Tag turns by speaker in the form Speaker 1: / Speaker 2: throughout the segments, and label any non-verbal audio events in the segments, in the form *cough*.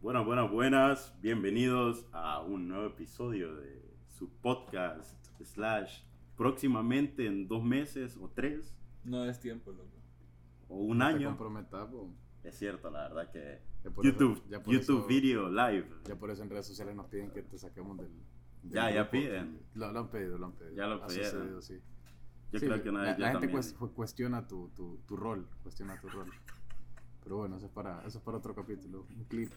Speaker 1: Buenas, buenas, buenas. Bienvenidos a un nuevo episodio de su podcast slash próximamente en dos meses o tres
Speaker 2: No es tiempo, loco.
Speaker 1: o un
Speaker 3: Te
Speaker 1: año.
Speaker 3: comprometas, po.
Speaker 1: Es cierto, la verdad que
Speaker 3: Ya por
Speaker 1: YouTube,
Speaker 3: eso- ya por
Speaker 1: YouTube
Speaker 3: eso-
Speaker 1: Video Live.
Speaker 3: Ya por eso en redes sociales nos piden que te saquemos del. del
Speaker 1: Ya, ya
Speaker 3: grupo.
Speaker 1: piden.
Speaker 3: Lo, lo han pedido, lo han pedido.
Speaker 1: Ya lo
Speaker 3: ha
Speaker 1: pidieron.
Speaker 3: sucedido, sí.
Speaker 1: Yo
Speaker 3: Sí,
Speaker 1: creo que una
Speaker 3: la,
Speaker 1: vez yo
Speaker 3: la gente
Speaker 1: también.
Speaker 3: cues- cu- cuestiona tu, tu, tu rol, cuestiona tu rol. Pero bueno, eso es para, eso es para otro capítulo, un clip,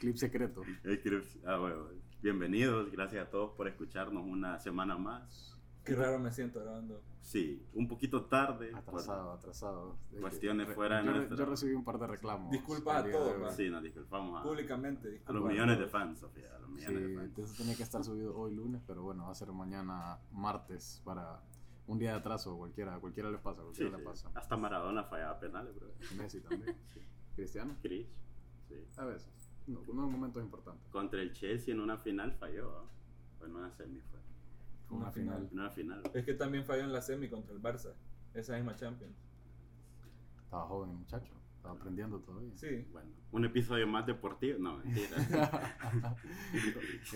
Speaker 3: clip secreto.
Speaker 1: Eh, creo- ah, bueno, bienvenidos, gracias a todos por escucharnos una semana más.
Speaker 2: Qué raro me siento grabando.
Speaker 1: Sí, un poquito tarde. por-
Speaker 3: Atrasado, atrasado. Eh,
Speaker 1: Cuestiones
Speaker 3: re-
Speaker 1: fuera de
Speaker 3: yo, re-
Speaker 1: nuestra-
Speaker 3: Yo recibí un par de reclamos.
Speaker 2: Disculpa
Speaker 3: el
Speaker 2: a
Speaker 3: día
Speaker 2: todos,
Speaker 3: de hoy.
Speaker 2: man.
Speaker 1: Sí, nos disculpamos a,
Speaker 2: Públicamente,
Speaker 1: a los
Speaker 2: disculpa.
Speaker 1: millones de fans, Sofía, a los
Speaker 3: Sí,
Speaker 1: millones de fans.
Speaker 3: entonces tenía que estar subido hoy lunes, pero bueno, va a ser mañana martes para un día de atraso, cualquiera, cualquiera le pasa,
Speaker 1: Sí,
Speaker 3: cualquiera le
Speaker 1: sí.
Speaker 3: pasa.
Speaker 1: Hasta Maradona fallaba penales, bro.
Speaker 3: *laughs* Messi también. sí. Cristiano,
Speaker 1: Chris, sí.
Speaker 3: a veces. No, no en momentos importantes.
Speaker 1: Contra el Chelsea en una final falló. ¿ah? O en una semi fue.
Speaker 3: Fue una
Speaker 2: Una
Speaker 3: final.
Speaker 1: En una final.
Speaker 2: Es que también falló en la semi contra el Barça. Esa misma Champions.
Speaker 3: Estaba joven el muchacho. Estaba aprendiendo todavía. *laughs*
Speaker 2: Sí. *laughs*
Speaker 1: Bueno, un episodio más deportivo. No, mentira. *laughs*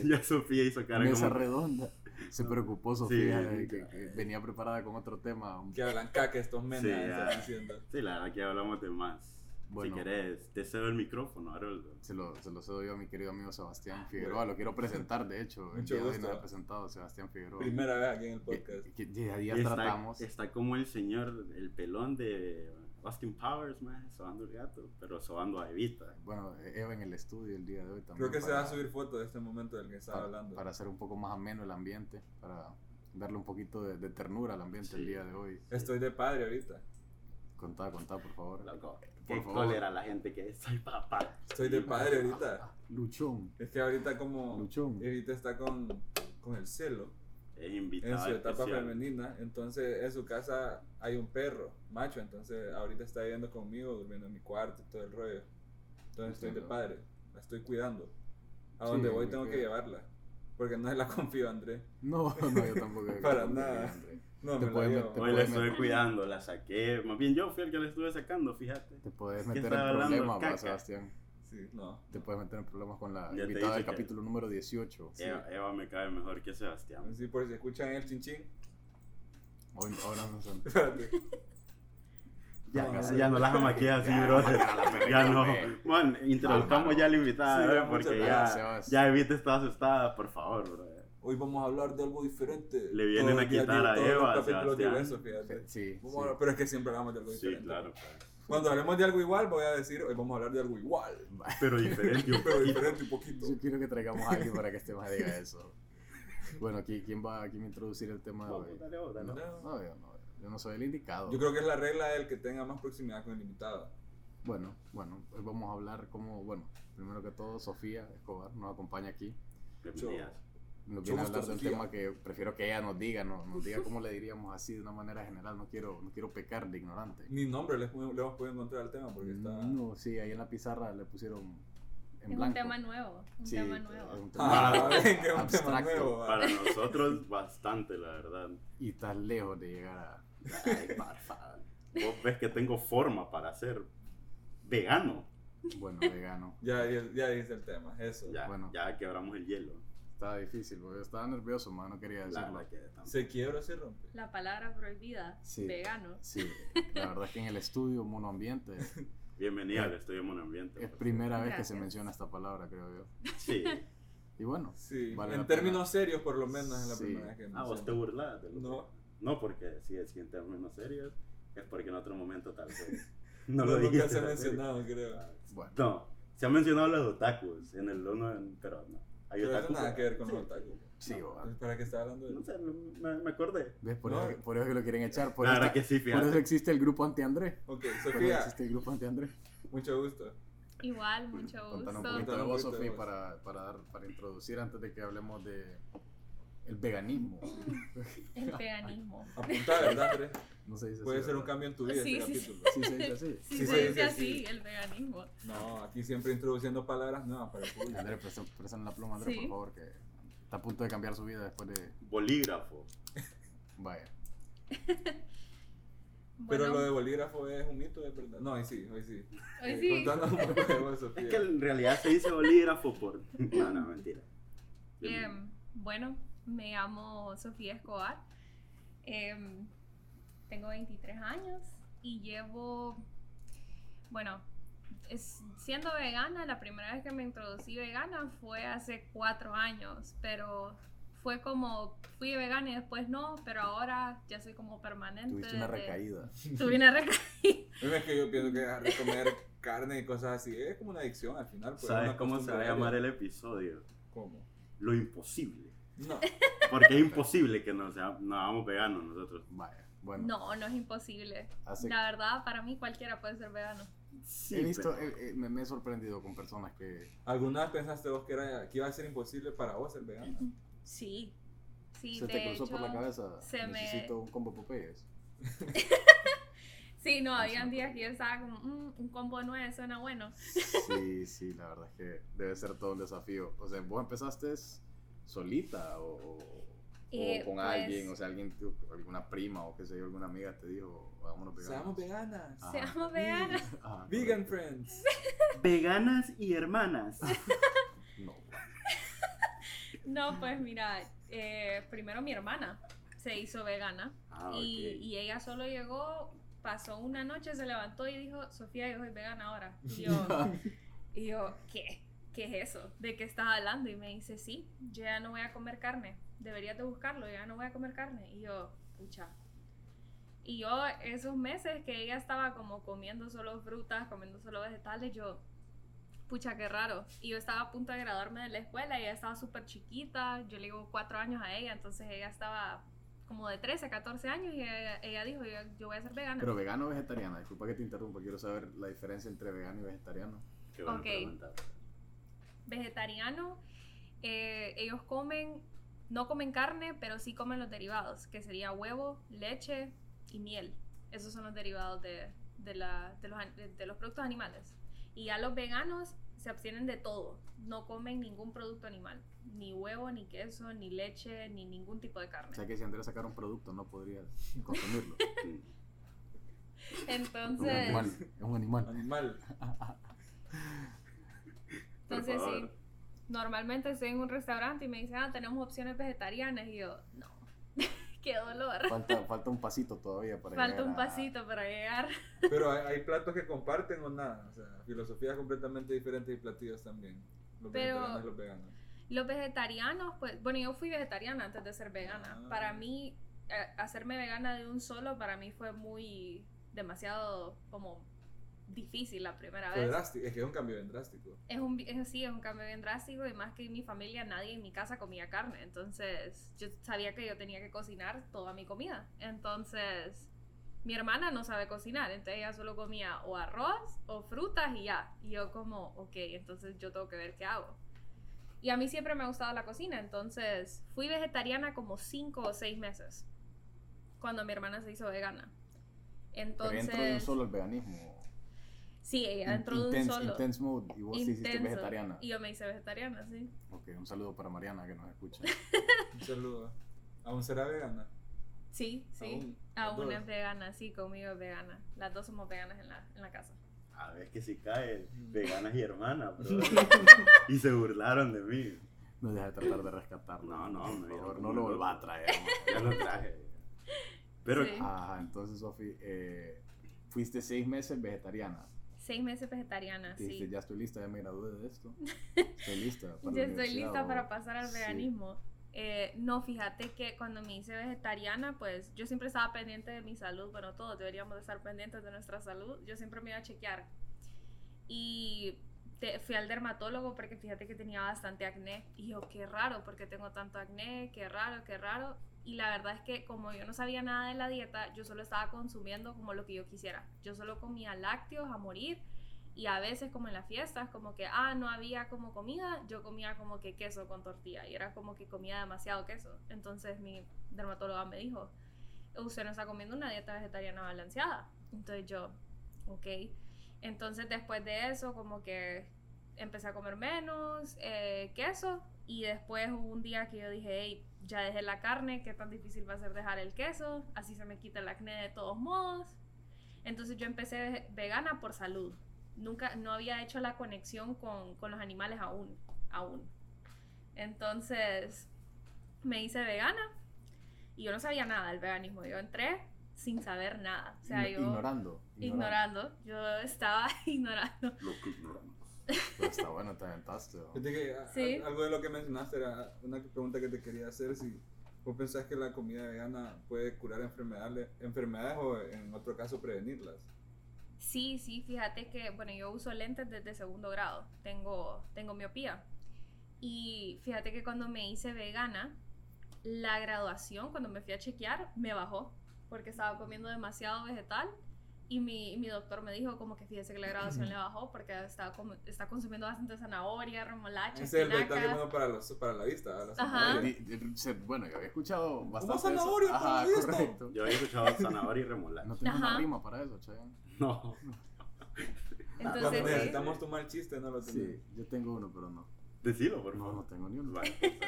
Speaker 1: ya Sofía hizo cara
Speaker 3: Mesa
Speaker 1: como.
Speaker 3: redonda. Se
Speaker 1: No.
Speaker 3: preocupó Sofía,
Speaker 1: Sí.
Speaker 3: de que, que venía preparada con otro tema.
Speaker 2: Que hablan caca estos menas.
Speaker 1: Sí,
Speaker 2: están
Speaker 1: ya.
Speaker 2: diciendo.
Speaker 1: Sí, la verdad que hablamos de más.
Speaker 3: Bueno.
Speaker 1: Si querés, te cedo el micrófono, Haroldo.
Speaker 3: Se lo, se lo cedo yo a mi querido amigo Sebastián Figueroa. Lo quiero presentar, de hecho.
Speaker 2: Mucho
Speaker 3: el día de hoy
Speaker 2: gusto.
Speaker 3: no lo he presentado, Sebastián Figueroa.
Speaker 2: Primera vez aquí en el podcast.
Speaker 3: que, que ya, ya
Speaker 1: Y está,
Speaker 3: tratamos.
Speaker 1: está como el señor, el pelón de Austin Powers, más, sobando el gato, pero sobando a Evita.
Speaker 3: Bueno, Eva en el estudio el día de hoy también.
Speaker 2: Creo que se
Speaker 3: para-
Speaker 2: va a subir fotos de este momento del que estaba
Speaker 3: para,
Speaker 2: hablando.
Speaker 3: para hacer un poco más ameno el ambiente, para darle un poquito de, de ternura al ambiente
Speaker 1: Sí.
Speaker 3: el día de hoy.
Speaker 2: Estoy de padre ahorita.
Speaker 3: Contá, contá, por favor.
Speaker 1: Loco,
Speaker 3: Por
Speaker 1: qué
Speaker 3: favor.
Speaker 1: cólera la gente que es. Soy papá.
Speaker 2: Estoy de padre ahorita.
Speaker 3: Luchón,
Speaker 2: Es que ahorita como
Speaker 3: luchón.
Speaker 2: Evita está con, con el celo
Speaker 1: Es
Speaker 2: en
Speaker 1: invitado.
Speaker 2: su etapa
Speaker 1: Ah, especial.
Speaker 2: femenina, entonces en su casa hay un perro macho, entonces ahorita está viviendo conmigo, durmiendo en mi cuarto y todo el rollo. Entonces estoy de
Speaker 3: Entiendo.
Speaker 2: padre, la estoy cuidando. A
Speaker 3: Sí,
Speaker 2: donde voy
Speaker 3: me
Speaker 2: tengo que
Speaker 3: queda.
Speaker 2: llevarla, porque no se la *laughs* confío a Andrés.
Speaker 3: No, *laughs* no, yo tampoco. yo
Speaker 2: Para
Speaker 3: tampoco
Speaker 2: nada.
Speaker 3: quería,
Speaker 2: No, me
Speaker 3: Te
Speaker 2: la
Speaker 3: pueden
Speaker 2: llevo.
Speaker 3: meter-
Speaker 1: Hoy la
Speaker 3: puedes
Speaker 1: estuve
Speaker 3: meter-
Speaker 1: cuidando, la saqué. Más bien yo fui el que la estuve sacando, fíjate.
Speaker 3: Te puedes
Speaker 1: que
Speaker 3: meter
Speaker 1: estaba
Speaker 3: en
Speaker 1: hablando
Speaker 3: problemas,
Speaker 1: caca.
Speaker 3: va, Sebastián.
Speaker 2: Sí, no.
Speaker 3: Te puedes meter en problemas con la
Speaker 1: Ya te
Speaker 3: invitada
Speaker 1: dije
Speaker 3: del
Speaker 1: que-
Speaker 3: capítulo número 18.
Speaker 2: Sí.
Speaker 1: Eva, Eva me cae mejor que Sebastián.
Speaker 2: Sí, por si escuchan el chinchín. *laughs*
Speaker 3: Hoy, ahora no son.
Speaker 2: Espérate.
Speaker 1: Ya,
Speaker 2: No,
Speaker 1: ya,
Speaker 2: no.
Speaker 1: ya no las amaqueas así, bro. Ya no. Man, introducamos ya a la invitada,
Speaker 2: Sí,
Speaker 1: bro,
Speaker 2: ya,
Speaker 1: porque
Speaker 2: muchas
Speaker 1: ya,
Speaker 3: gracias.
Speaker 1: ya Evita está asustada, por favor, bro.
Speaker 2: Hoy vamos a hablar de algo diferente.
Speaker 1: Le vienen
Speaker 2: Todos
Speaker 1: a
Speaker 2: los días
Speaker 1: quitar
Speaker 2: digo-
Speaker 1: a
Speaker 2: todos los
Speaker 1: Eva,
Speaker 2: capítulos digo
Speaker 1: Sebastián.
Speaker 2: eso, fíjate.
Speaker 3: Sí, sí.
Speaker 2: Vamos a hablar- pero es que siempre hablamos de algo
Speaker 1: Sí,
Speaker 2: diferente.
Speaker 1: claro. pues.
Speaker 2: Cuando hablemos de algo igual, voy a decir, hoy vamos a hablar de algo igual,
Speaker 1: Pero diferente un
Speaker 2: *laughs* pero
Speaker 1: poquito.
Speaker 2: diferente un poquito.
Speaker 3: Yo quiero que traigamos a alguien para que este más diga eso. Bueno, aquí, ¿quién va quién va a introducir el tema de
Speaker 1: No,
Speaker 3: hoy?
Speaker 1: dale, vos, dale.
Speaker 3: No,
Speaker 1: vos.
Speaker 3: no, yo no. Yo no soy el indicado.
Speaker 2: Yo creo que es la regla del que tenga más proximidad con el invitado.
Speaker 3: Bueno, bueno, hoy vamos a hablar como, bueno, primero que todo, Sofía Escobar nos acompaña aquí.
Speaker 1: Bienvenidas.
Speaker 3: Nos
Speaker 2: Mucho
Speaker 3: viene a
Speaker 2: gusto,
Speaker 3: hablar de un
Speaker 2: Sofía.
Speaker 3: tema que prefiero que ella nos diga, nos,
Speaker 2: *laughs*
Speaker 3: nos diga cómo le diríamos así de una manera general. No quiero, no quiero pecar de ignorante. Mm,
Speaker 2: Ni nombre les pu- le hemos podido encontrar al tema porque está. *laughs*
Speaker 3: No, sí, ahí en la pizarra le pusieron en
Speaker 4: Es
Speaker 3: blanco.
Speaker 4: un tema nuevo, un
Speaker 3: Sí,
Speaker 4: tema
Speaker 3: es
Speaker 4: nuevo.
Speaker 3: un tema
Speaker 2: Ah, *laughs* ven, que es un tema
Speaker 3: abstracto.
Speaker 2: nuevo. va.
Speaker 1: Para
Speaker 2: *laughs*
Speaker 1: nosotros, bastante, la verdad.
Speaker 3: Y estás lejos de llegar a...
Speaker 1: Ay, por favor. Vos ves que tengo forma para ser vegano.
Speaker 3: Bueno, vegano.
Speaker 2: Ya, ya, ya dice el tema, eso.
Speaker 1: Ya,
Speaker 3: Bueno.
Speaker 1: ya quebramos el hielo.
Speaker 3: Estaba difícil, porque estaba nervioso, más no quería
Speaker 1: La
Speaker 3: decirlo.
Speaker 1: verdad que tampoco.
Speaker 2: Se quiebra o se rompe.
Speaker 4: La palabra prohibida,
Speaker 3: Sí.
Speaker 4: vegano.
Speaker 3: Sí, la verdad es que en el estudio monoambiente
Speaker 1: Bienvenida
Speaker 2: Eh,
Speaker 1: al Estudio Monoambiente.
Speaker 2: *laughs*
Speaker 3: es
Speaker 1: por
Speaker 3: primera vez que se
Speaker 4: Gracias.
Speaker 3: menciona esta palabra, creo yo.
Speaker 1: favor. Sí.
Speaker 3: Y bueno,
Speaker 2: Sí,
Speaker 3: Vale
Speaker 2: en
Speaker 3: la
Speaker 2: términos serios, por lo menos es la
Speaker 3: Sí.
Speaker 2: primera vez que
Speaker 1: Ah, vos te
Speaker 2: me
Speaker 1: burlas de lo
Speaker 2: No.
Speaker 1: que- No, porque si es que en términos serios, es porque en otro momento tal
Speaker 2: *laughs*
Speaker 1: vez. No lo
Speaker 2: Nunca
Speaker 1: dijiste.
Speaker 2: se ha
Speaker 1: en serio.
Speaker 2: mencionado, creo.
Speaker 3: bueno.
Speaker 1: No, se han mencionado los otakus en el uno, en- pero no. Hay
Speaker 2: Pero eso
Speaker 1: otakus.
Speaker 2: nada que ver con
Speaker 1: Sí.
Speaker 2: los otaku.
Speaker 3: Sí, va.
Speaker 2: Entonces, ¿Para qué está hablando de
Speaker 1: No sé, me, me acordé.
Speaker 3: ¿Ves? Por,
Speaker 2: No.
Speaker 3: eso, por eso es que lo quieren echar. Por,
Speaker 1: La
Speaker 3: eso,
Speaker 1: verdad que sí,
Speaker 3: por eso
Speaker 1: fíjate.
Speaker 3: existe el grupo anti-André.
Speaker 2: Ok,
Speaker 3: Por eso
Speaker 2: Sofía,
Speaker 3: existe el grupo anti-André.
Speaker 2: mucho gusto.
Speaker 4: Igual, mucho
Speaker 3: Contanos un
Speaker 4: gusto.
Speaker 3: poquito de
Speaker 2: Contanos
Speaker 3: vos,
Speaker 2: un poquito de
Speaker 3: Sofi,
Speaker 2: vos.
Speaker 3: para, para, dar, para introducir antes de que hablemos de el veganismo.
Speaker 4: El veganismo.
Speaker 2: Apunta, ¿verdad, Andrés?
Speaker 3: No se dice
Speaker 2: Puede
Speaker 3: así,
Speaker 2: ser un
Speaker 3: ¿verdad?
Speaker 2: cambio en tu vida
Speaker 4: Sí,
Speaker 2: este
Speaker 4: sí,
Speaker 2: capítulo.
Speaker 3: Sí se dice
Speaker 4: *laughs*
Speaker 3: así.
Speaker 4: Sí,
Speaker 2: Sí,
Speaker 4: se
Speaker 2: sí,
Speaker 4: dice
Speaker 2: sí.
Speaker 4: así, el veganismo.
Speaker 2: No, aquí siempre introduciendo palabras nuevas para el público.
Speaker 3: André, presen, presen la pluma, André,
Speaker 4: Sí.
Speaker 3: por favor, que está a punto de cambiar su vida después de...
Speaker 1: Bolígrafo.
Speaker 3: Vaya.
Speaker 2: Pero
Speaker 4: Bueno,
Speaker 2: lo de bolígrafo es un mito, es verdad. No, hoy sí, hoy sí.
Speaker 4: hoy
Speaker 2: Eh,
Speaker 4: sí.
Speaker 2: Contanos un poco de eh. vos,
Speaker 1: *laughs*
Speaker 2: Sofía.
Speaker 1: Es que en realidad se dice bolígrafo por. No, no, mentira.
Speaker 4: Em, bueno, me llamo Sofía Escobar. Em, tengo 23 años y llevo, bueno, es- siendo vegana, la primera vez que me introducí vegana fue hace cuatro años, pero fue como, fui vegana y después no, pero ahora ya soy como permanente.
Speaker 3: Tuviste una
Speaker 4: desde-
Speaker 3: recaída.
Speaker 4: *laughs* Tuve una recaída.
Speaker 2: Es que yo pienso que dejar de comer carne y cosas así es como una adicción al final. Pues, es
Speaker 1: ¿Sabes
Speaker 2: una
Speaker 1: cómo se va a
Speaker 2: costumbre
Speaker 1: llamar
Speaker 2: diaria.
Speaker 1: el episodio?
Speaker 2: ¿Cómo?
Speaker 1: Lo imposible.
Speaker 2: No.
Speaker 1: Porque es imposible que nos, sea- nos hagamos veganos nosotros.
Speaker 3: Vaya, *laughs* bueno.
Speaker 4: No, no es imposible.
Speaker 3: hace-
Speaker 4: La verdad, para mí cualquiera puede ser vegano.
Speaker 1: Sí,
Speaker 3: he visto,
Speaker 1: pero-
Speaker 3: eh, eh, me, me he sorprendido con personas que
Speaker 2: ¿Alguna vez pensaste vos que, era, que iba a ser imposible para vos ser vegana?
Speaker 4: Sí. Sí,
Speaker 3: se
Speaker 4: de
Speaker 3: te cruzó por la
Speaker 4: hecho-
Speaker 3: cabeza.
Speaker 4: se me-
Speaker 3: Necesito un combo Popeyes.
Speaker 4: Sí, no,
Speaker 3: Ah,
Speaker 4: habían
Speaker 3: sí,
Speaker 4: días que yo estaba como, "Mm, un combo de nueve suena bueno. *laughs*
Speaker 3: Sí, sí, la verdad es que debe ser todo un desafío. O sea, vos empezaste solita o, o-
Speaker 4: Eh,
Speaker 3: o con
Speaker 4: pues-
Speaker 3: alguien, o sea, alguien, tu- alguna prima o qué sé yo, alguna amiga te dijo, vámonos veganos.
Speaker 2: Seamos veganas.
Speaker 3: Ah.
Speaker 4: Seamos veganos.
Speaker 3: *laughs* Ajá,
Speaker 2: Vegan
Speaker 3: correcto.
Speaker 2: friends.
Speaker 1: Veganas y hermanas.
Speaker 3: No,
Speaker 4: No, pues mira, eh, primero mi hermana se hizo vegana
Speaker 1: Ah,
Speaker 4: y,
Speaker 1: ok.
Speaker 4: y ella solo llegó, pasó una noche, se levantó y dijo, Sofía, yo soy vegana ahora. Y
Speaker 3: *laughs*
Speaker 4: yo, y yo ¿qué? ¿Qué es eso? ¿De qué estás hablando? Y me dice, sí, yo ya no voy a comer carne, deberías de buscarlo, yo ya no voy a comer carne. Y yo, pucha. Y yo esos meses que ella estaba como comiendo solo frutas, comiendo solo vegetales, yo, pucha, qué raro. Y yo estaba a punto de graduarme de la escuela, ella estaba súper chiquita, yo le digo cuatro años a ella, entonces ella estaba como de 13, 14 años y ella, ella dijo, yo, yo voy a ser vegana.
Speaker 3: Pero vegano o vegetariana, disculpa que te interrumpa, quiero saber la diferencia entre vegano y vegetariano.
Speaker 1: Qué buena
Speaker 4: Ok.
Speaker 1: pregunta.
Speaker 4: vegetariano, eh, ellos comen, no comen carne, pero sí comen los derivados, que sería huevo, leche y miel. Esos son los derivados de, de la- de los, an- de- de los productos animales. Y ya los veganos se abstienen de todo, no comen ningún producto animal, ni huevo, ni queso, ni leche, ni ningún tipo de
Speaker 3: O
Speaker 4: carne.
Speaker 3: sea que si Andrés sacara un producto no podría consumirlo. es un
Speaker 4: *laughs* Entonces,
Speaker 3: animal, es un animal.
Speaker 2: Animal.
Speaker 1: Por
Speaker 4: entonces sí,
Speaker 1: favor.
Speaker 4: normalmente estoy en un restaurante y me dicen, ah, tenemos opciones vegetarianas, y yo, no, *laughs* qué dolor.
Speaker 3: Falta, falta un pasito todavía para
Speaker 4: Falta
Speaker 3: llegar
Speaker 4: un
Speaker 3: a-
Speaker 4: pasito para llegar.
Speaker 2: Pero hay, hay platos que comparten o nada. O sea, filosofías completamente diferentes y platillos también. Los
Speaker 4: Pero-
Speaker 2: vegetarianos y los veganos.
Speaker 4: Los vegetarianos, pues, bueno, yo fui vegetariana antes de ser vegana.
Speaker 2: Ah.
Speaker 4: Para mí, eh, hacerme vegana de un solo, para mí fue muy, demasiado como difícil la primera
Speaker 2: Fue
Speaker 4: vez.
Speaker 2: drástico. Es que es un cambio bien drástico.
Speaker 4: Es un, es, sí, es un cambio bien drástico y más que en mi familia, nadie en mi casa comía carne. Entonces, yo sabía que yo tenía que cocinar toda mi comida. Entonces, mi hermana no sabe cocinar, entonces ella solo comía o arroz o frutas y ya. Y yo como, ok, entonces yo tengo que ver qué hago. Y a mí siempre me ha gustado la cocina, entonces fui vegetariana como cinco o seis meses cuando mi hermana se hizo vegana.
Speaker 3: Pero
Speaker 4: Entonces,
Speaker 3: dentro de un solo el veganismo.
Speaker 4: sí, ella entró de un
Speaker 3: intense,
Speaker 4: solo.
Speaker 3: intense mode y vos te hiciste
Speaker 4: Intenso.
Speaker 3: vegetariana.
Speaker 4: Y yo me hice vegetariana, sí.
Speaker 3: Ok, un saludo para Mariana que nos escucha.
Speaker 2: Un saludo. ¿Aún será vegana?
Speaker 4: Sí, sí.
Speaker 2: Aún. las
Speaker 4: Aún
Speaker 2: dos.
Speaker 4: es vegana, sí, conmigo es vegana. Las dos somos veganas en la, en la casa.
Speaker 1: A ver que si cae, veganas y hermanas, bro. y se burlaron de mí.
Speaker 3: No deja de tratar de rescatarlo.
Speaker 1: No, no,
Speaker 3: por
Speaker 1: me vieron
Speaker 3: favor,
Speaker 1: como
Speaker 3: no lo
Speaker 1: loco.
Speaker 3: vuelva a traer.
Speaker 1: *laughs* Ya lo traje. Pero
Speaker 4: Sí.
Speaker 3: Ajá, entonces, Sofi, eh, fuiste seis meses vegetariana.
Speaker 4: Seis meses vegetariana,
Speaker 3: Dijiste,
Speaker 4: Ah, sí.
Speaker 3: ya estoy lista, ya me gradué de
Speaker 4: *laughs*
Speaker 3: esto. Estoy lista. Para la
Speaker 4: Ya estoy
Speaker 3: universidad,
Speaker 4: lista
Speaker 3: o-
Speaker 4: para pasar al
Speaker 3: Sí.
Speaker 4: veganismo. Eh, no, fíjate que cuando me hice vegetariana, pues yo siempre estaba pendiente de mi salud. Bueno, todos deberíamos de estar pendientes de nuestra salud. Yo siempre me iba a chequear. Y te- fui al dermatólogo porque fíjate que tenía bastante acné. Y yo, qué raro, porque tengo tanto acné, qué raro, qué raro. Y la verdad es que como yo no sabía nada de la dieta, yo solo estaba consumiendo como lo que yo quisiera. Yo solo comía lácteos a morir y a veces como en las fiestas, como que, ah, no había como comida, yo comía como que queso con tortilla y era como que comía demasiado queso. Entonces mi dermatóloga me dijo, usted no está comiendo una dieta vegetariana balanceada. Entonces yo, ok. Entonces después de eso como que empecé a comer menos eh, queso y después hubo un día que yo dije, hey, ya dejé la carne, qué tan difícil va a ser dejar el queso, así se me quita el acné de todos modos. Entonces yo empecé ve- vegana por salud. Nunca, no había hecho la conexión con, con los animales aún, aún. Entonces me hice vegana y yo no sabía nada del veganismo. Yo entré sin saber nada. O sea,
Speaker 3: Igno-
Speaker 4: yo
Speaker 3: ignorando,
Speaker 4: ignorando. Yo estaba *laughs* ignorando.
Speaker 1: Lo que ignoramos.
Speaker 3: Pero está bueno, te aventaste. ¿no?
Speaker 2: Fíjate que a-
Speaker 4: Sí.
Speaker 2: algo de lo que mencionaste era una pregunta que te quería hacer, si vos pensás que la comida vegana puede curar enfermedades, enfermedades o en otro caso prevenirlas.
Speaker 4: Sí, sí, fíjate que, bueno, yo uso lentes desde segundo grado, tengo, tengo miopía. Y fíjate que cuando me hice vegana, la graduación, cuando me fui a chequear, me bajó, porque estaba comiendo demasiado vegetal. Y mi, mi doctor me dijo como que fíjese que la graduación
Speaker 2: *clears throat*
Speaker 4: le bajó porque estaba comi- está consumiendo bastante zanahoria,
Speaker 2: Ese
Speaker 4: remolacha,
Speaker 2: es el
Speaker 4: espinaca.
Speaker 2: detalle bueno para, los, para la vista. ¿verdad? La
Speaker 4: Ajá.
Speaker 2: zanahoria.
Speaker 3: Di- di- se- Bueno, yo había escuchado bastante. eso.
Speaker 2: zanahoria por
Speaker 3: Ajá,
Speaker 2: la vista.
Speaker 3: correcto.
Speaker 1: Yo había escuchado zanahoria y remolacha.
Speaker 3: No tengo una
Speaker 4: Ajá.
Speaker 3: rima para eso, Chayanne.
Speaker 1: No.
Speaker 2: Cuando
Speaker 4: Entonces, sí.
Speaker 2: necesitamos tomar chiste, no lo tenemos.
Speaker 3: Sí, yo tengo uno, pero no.
Speaker 1: Decilo, por
Speaker 3: No,
Speaker 1: favor.
Speaker 3: no tengo ni uno.
Speaker 1: Vale, está bien.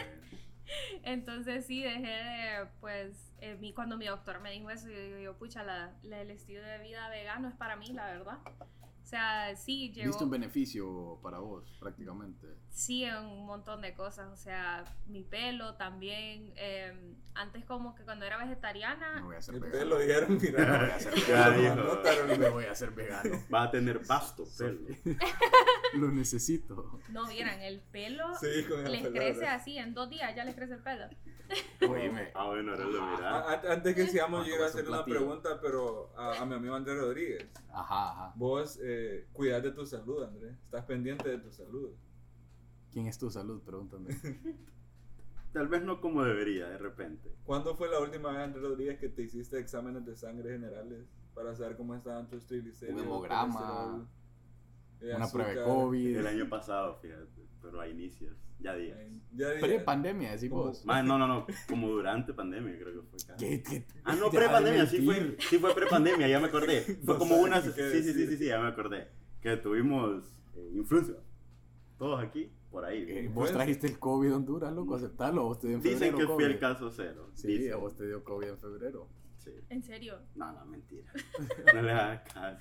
Speaker 4: Entonces sí, dejé de, pues, eh, mi- cuando mi doctor me dijo eso, yo digo, yo, pucha, la, la- el estilo de vida vegano es para mí, la verdad. O sea, sí, llegó,
Speaker 3: Viste un beneficio para vos, prácticamente.
Speaker 4: sí, en un montón de cosas, o sea, mi pelo también, eh, antes como que cuando era
Speaker 3: Me
Speaker 4: vegetariana,
Speaker 3: voy a hacer
Speaker 2: El pelo,
Speaker 3: vegano.
Speaker 2: dijeron,
Speaker 3: Me voy
Speaker 2: *laughs*
Speaker 3: a
Speaker 2: mira.
Speaker 3: hacer
Speaker 1: Ya
Speaker 3: vegano.
Speaker 1: dijo.
Speaker 3: Me voy a hacer vegano.
Speaker 1: Va a tener pasto, pues. pelo.
Speaker 3: Lo necesito.
Speaker 4: no vieran, el pelo
Speaker 2: Sí, con el
Speaker 4: les
Speaker 2: pelo,
Speaker 4: crece
Speaker 2: ¿verdad?
Speaker 4: así, en dos días ya les crece el pelo.
Speaker 3: Oíme.
Speaker 1: Ah, bueno, ahora lo mirá.
Speaker 2: A- a- Antes que sigamos,
Speaker 3: Ah,
Speaker 2: yo
Speaker 3: como
Speaker 2: iba a
Speaker 3: es un
Speaker 2: hacer una
Speaker 3: platillo.
Speaker 2: pregunta, pero a, a mi amigo Andrés Rodríguez.
Speaker 3: Ajá, ajá.
Speaker 2: Vos eh, cuidás de tu salud, Andrés. Estás pendiente de tu salud.
Speaker 3: ¿Quién es tu salud? Pregúntame.
Speaker 1: Tal vez no como debería, de repente.
Speaker 2: ¿Cuándo fue la última vez, Andrés Rodríguez, que te hiciste exámenes de sangre generales para saber cómo estaban tus triglicéridos?
Speaker 3: Un hemograma,
Speaker 2: colesterol, eh,
Speaker 3: Una
Speaker 2: azúcar?
Speaker 3: prueba de COVID.
Speaker 1: El año pasado, fíjate. Pero a inicios. Ya días.
Speaker 2: Eh, Ya dije,
Speaker 3: Pre-pandemia, decís
Speaker 2: Como-
Speaker 3: vos.
Speaker 1: Más, no, no, no. Como durante pandemia, creo que fue. cara.
Speaker 3: ¿Qué- qué-
Speaker 1: Ah, no,
Speaker 3: deja de
Speaker 1: pre-pandemia, sí fue,
Speaker 3: mentir.
Speaker 1: sí fue pre-pandemia, ya me
Speaker 3: *laughs*
Speaker 1: acordé. Fue
Speaker 2: No
Speaker 1: como
Speaker 2: sabe
Speaker 1: una...
Speaker 2: ni
Speaker 1: Sí,
Speaker 2: qué
Speaker 1: sí, sí,
Speaker 2: decir.
Speaker 1: sí, sí, ya me acordé. Que tuvimos eh, influencia. Todos aquí, por ahí.
Speaker 3: Eh,
Speaker 1: bien.
Speaker 3: Vos trajiste el COVID a Honduras, loco, aceptalo. Vos te dio en
Speaker 1: Dicen
Speaker 3: febrero.
Speaker 1: que fui
Speaker 3: COVID.
Speaker 1: el caso cero.
Speaker 3: Sí,
Speaker 1: dicen.
Speaker 3: a vos te dio COVID en febrero.
Speaker 1: Sí.
Speaker 4: En serio.
Speaker 1: No, no, mentira. *laughs* No le hagas caso.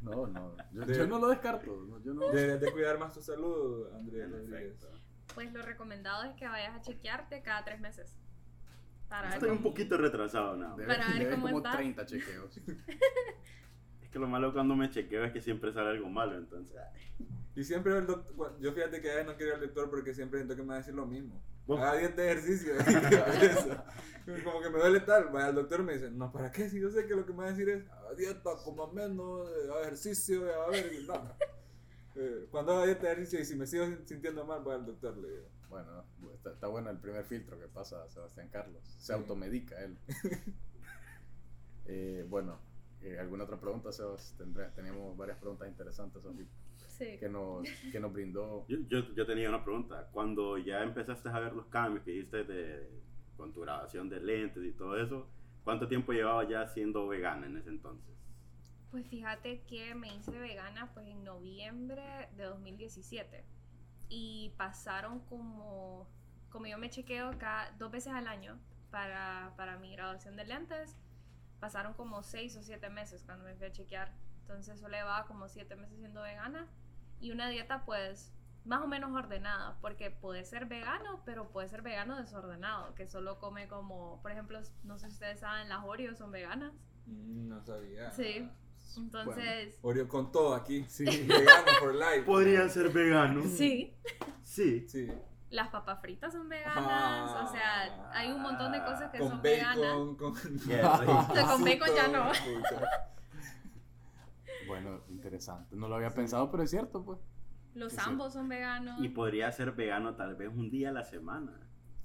Speaker 3: No, no. Yo,
Speaker 2: De-
Speaker 3: yo no lo descarto. no, yo no-
Speaker 2: Deberías de cuidar más tu salud, Andrés
Speaker 1: En
Speaker 2: Rodríguez.
Speaker 1: efecto.
Speaker 4: Pues lo recomendado es que vayas a chequearte cada tres meses. Para ver
Speaker 1: Estoy un
Speaker 4: cómo-
Speaker 1: poquito retrasado, no.
Speaker 3: Debes,
Speaker 4: Para ver
Speaker 3: debes
Speaker 4: cómo
Speaker 3: como
Speaker 4: estás.
Speaker 3: 30 chequeos.
Speaker 1: Es que lo malo cuando me chequeo es que siempre sale algo malo, entonces.
Speaker 2: Y siempre el doctor, yo fíjate que a veces no quiero ir al doctor porque siempre siento que me va a decir lo mismo.
Speaker 1: Vos-
Speaker 2: Haga 10 de ejercicio. *laughs* Eso. Como que me duele tal, vaya al doctor y me dice, no, ¿para qué? Si yo sé que lo que me va a decir es, haga dieta, coma menos, eh, haga ejercicio, y a ver, y nada. Eh, cuando haga dieta, ejercicio y si me sigo sintiendo mal, voy al doctor, le digo.
Speaker 3: Bueno, está, está bueno el primer filtro que pasa a Sebastián Carlos. Se
Speaker 2: Sí.
Speaker 3: automedica
Speaker 1: *laughs*
Speaker 3: él. Eh, bueno, eh, ¿alguna otra pregunta, Sebas? Tendré- tenemos varias preguntas interesantes Sofi,
Speaker 4: Sí.
Speaker 3: que nos, que nos brindó.
Speaker 1: Yo, yo, yo tenía una pregunta. Cuando ya empezaste a ver los cambios que hiciste de, con tu grabación de lentes y todo eso, ¿cuánto tiempo llevabas ya siendo vegana en ese entonces?
Speaker 4: Pues fíjate que me hice vegana pues en noviembre de 2017 y pasaron como, como yo me chequeo cada, dos veces al año para, para mi graduación de lentes, pasaron como seis o siete meses cuando me fui a chequear, entonces solo llevaba como siete meses siendo vegana y una dieta pues más o menos ordenada, porque puede ser vegano, pero puede ser vegano desordenado, que solo come como, por ejemplo, no sé si ustedes saben, las Oreos son veganas,
Speaker 2: "Mm, No sabía.
Speaker 4: Sí. entonces...
Speaker 2: Oreo con todo aquí.
Speaker 3: Sí.
Speaker 2: *laughs* Vegano for life.
Speaker 1: ¿Podría ser vegano?
Speaker 4: Sí,
Speaker 1: Sí.
Speaker 3: *laughs*
Speaker 2: Sí.
Speaker 4: las papas fritas son veganas,
Speaker 2: Ah.
Speaker 4: o sea, hay un montón de cosas que
Speaker 2: Con
Speaker 4: son veganas.
Speaker 2: bacon, con...
Speaker 1: Qué rico.
Speaker 4: sea, con bacon ya no.
Speaker 2: Pucha.
Speaker 3: Bueno, interesante. No lo había pensado, pero es cierto, pues.
Speaker 4: Los
Speaker 3: Eso.
Speaker 4: ambos son veganos.
Speaker 1: Y pues- podría ser vegano tal vez un día a la semana.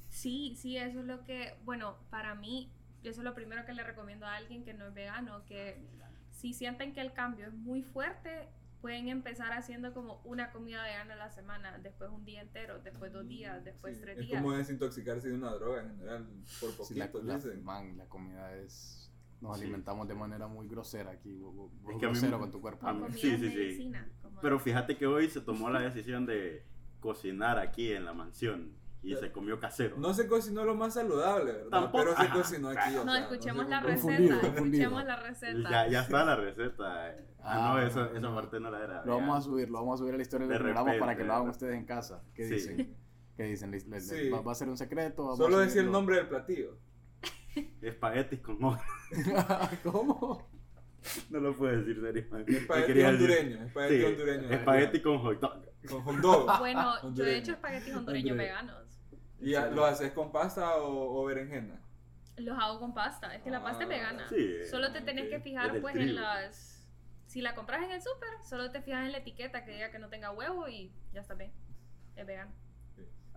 Speaker 4: Sí, sí, eso es lo que, bueno, para mí, eso es lo primero que le recomiendo a alguien que no es vegano, que si sienten que el cambio es muy fuerte, pueden empezar haciendo como una comida vegana a la semana, después un día entero, después dos días, después
Speaker 2: Mm, Sí,
Speaker 4: tres
Speaker 2: Es
Speaker 4: días.
Speaker 2: como desintoxicarse de una droga en general, por poquito,
Speaker 3: Sí, la, la-
Speaker 2: dicen.
Speaker 3: man, la comida es... Nos
Speaker 1: Sí.
Speaker 3: alimentamos de manera muy grosera aquí. Vos, vos- vos
Speaker 1: Es que a mí
Speaker 3: grosero
Speaker 1: me-
Speaker 3: con tu cuerpo.
Speaker 1: a
Speaker 4: Con
Speaker 1: mí-
Speaker 4: comida
Speaker 1: sí, sí, sí.
Speaker 4: medicina. como-
Speaker 1: Pero fíjate que hoy se tomó la decisión de cocinar aquí en la mansión. y se comió casero.
Speaker 2: No se cocinó lo más saludable, ¿verdad?
Speaker 1: Tampoco-
Speaker 2: Pero se
Speaker 1: ajá,
Speaker 2: cocinó aquí.
Speaker 1: claro.
Speaker 2: o
Speaker 4: No,
Speaker 2: sea,
Speaker 4: escuchemos
Speaker 2: se
Speaker 4: la
Speaker 2: compró un
Speaker 3: receta.
Speaker 4: receta.
Speaker 2: *laughs*
Speaker 3: fundido, un fundido.
Speaker 4: Escuchemos la
Speaker 1: Ya,
Speaker 4: receta.
Speaker 1: ya está la receta. eh. Ah, no,
Speaker 3: Ah,
Speaker 1: esa,
Speaker 3: no.
Speaker 1: esa parte no la era.
Speaker 3: Lo vamos
Speaker 1: ya.
Speaker 3: a subir, lo vamos a subir a la historia
Speaker 1: De
Speaker 3: del programa para
Speaker 1: repente,
Speaker 3: que lo hagan
Speaker 1: ¿verdad?
Speaker 3: ustedes en casa. ¿Qué
Speaker 1: Sí.
Speaker 3: dicen? ¿Qué dicen? Le- le- le-
Speaker 2: Sí.
Speaker 3: va, va a ser un secreto? ¿Vamos
Speaker 2: Solo
Speaker 3: a
Speaker 2: decir el
Speaker 3: subirlo?
Speaker 2: nombre del platillo.
Speaker 1: Espaguetis con hoja.
Speaker 3: *laughs* ¿Cómo?
Speaker 1: No lo puedo decir seriamente.
Speaker 2: *laughs* Espagueti
Speaker 1: quería decir-
Speaker 2: hondureño. Espagueti
Speaker 1: Sí,
Speaker 2: hondureño.
Speaker 1: espagueti con hot dog.
Speaker 2: Con hot dog.
Speaker 4: *laughs* Bueno, yo he
Speaker 2: Hondureño.
Speaker 4: hecho espaguetis hondureños
Speaker 2: Hondureño.
Speaker 4: veganos.
Speaker 2: ¿Y a- lo haces con pasta o, o berenjena?
Speaker 4: Los hago con pasta. Es que la pasta es
Speaker 2: Ah,
Speaker 4: vegana.
Speaker 1: Sí.
Speaker 4: Solo te tenés que
Speaker 1: es
Speaker 4: fijar
Speaker 1: del
Speaker 4: pues
Speaker 1: trigo.
Speaker 4: en las... Si la compras en el súper, solo te fijas en la etiqueta que diga que no tenga huevo y ya está bien. Es vegano.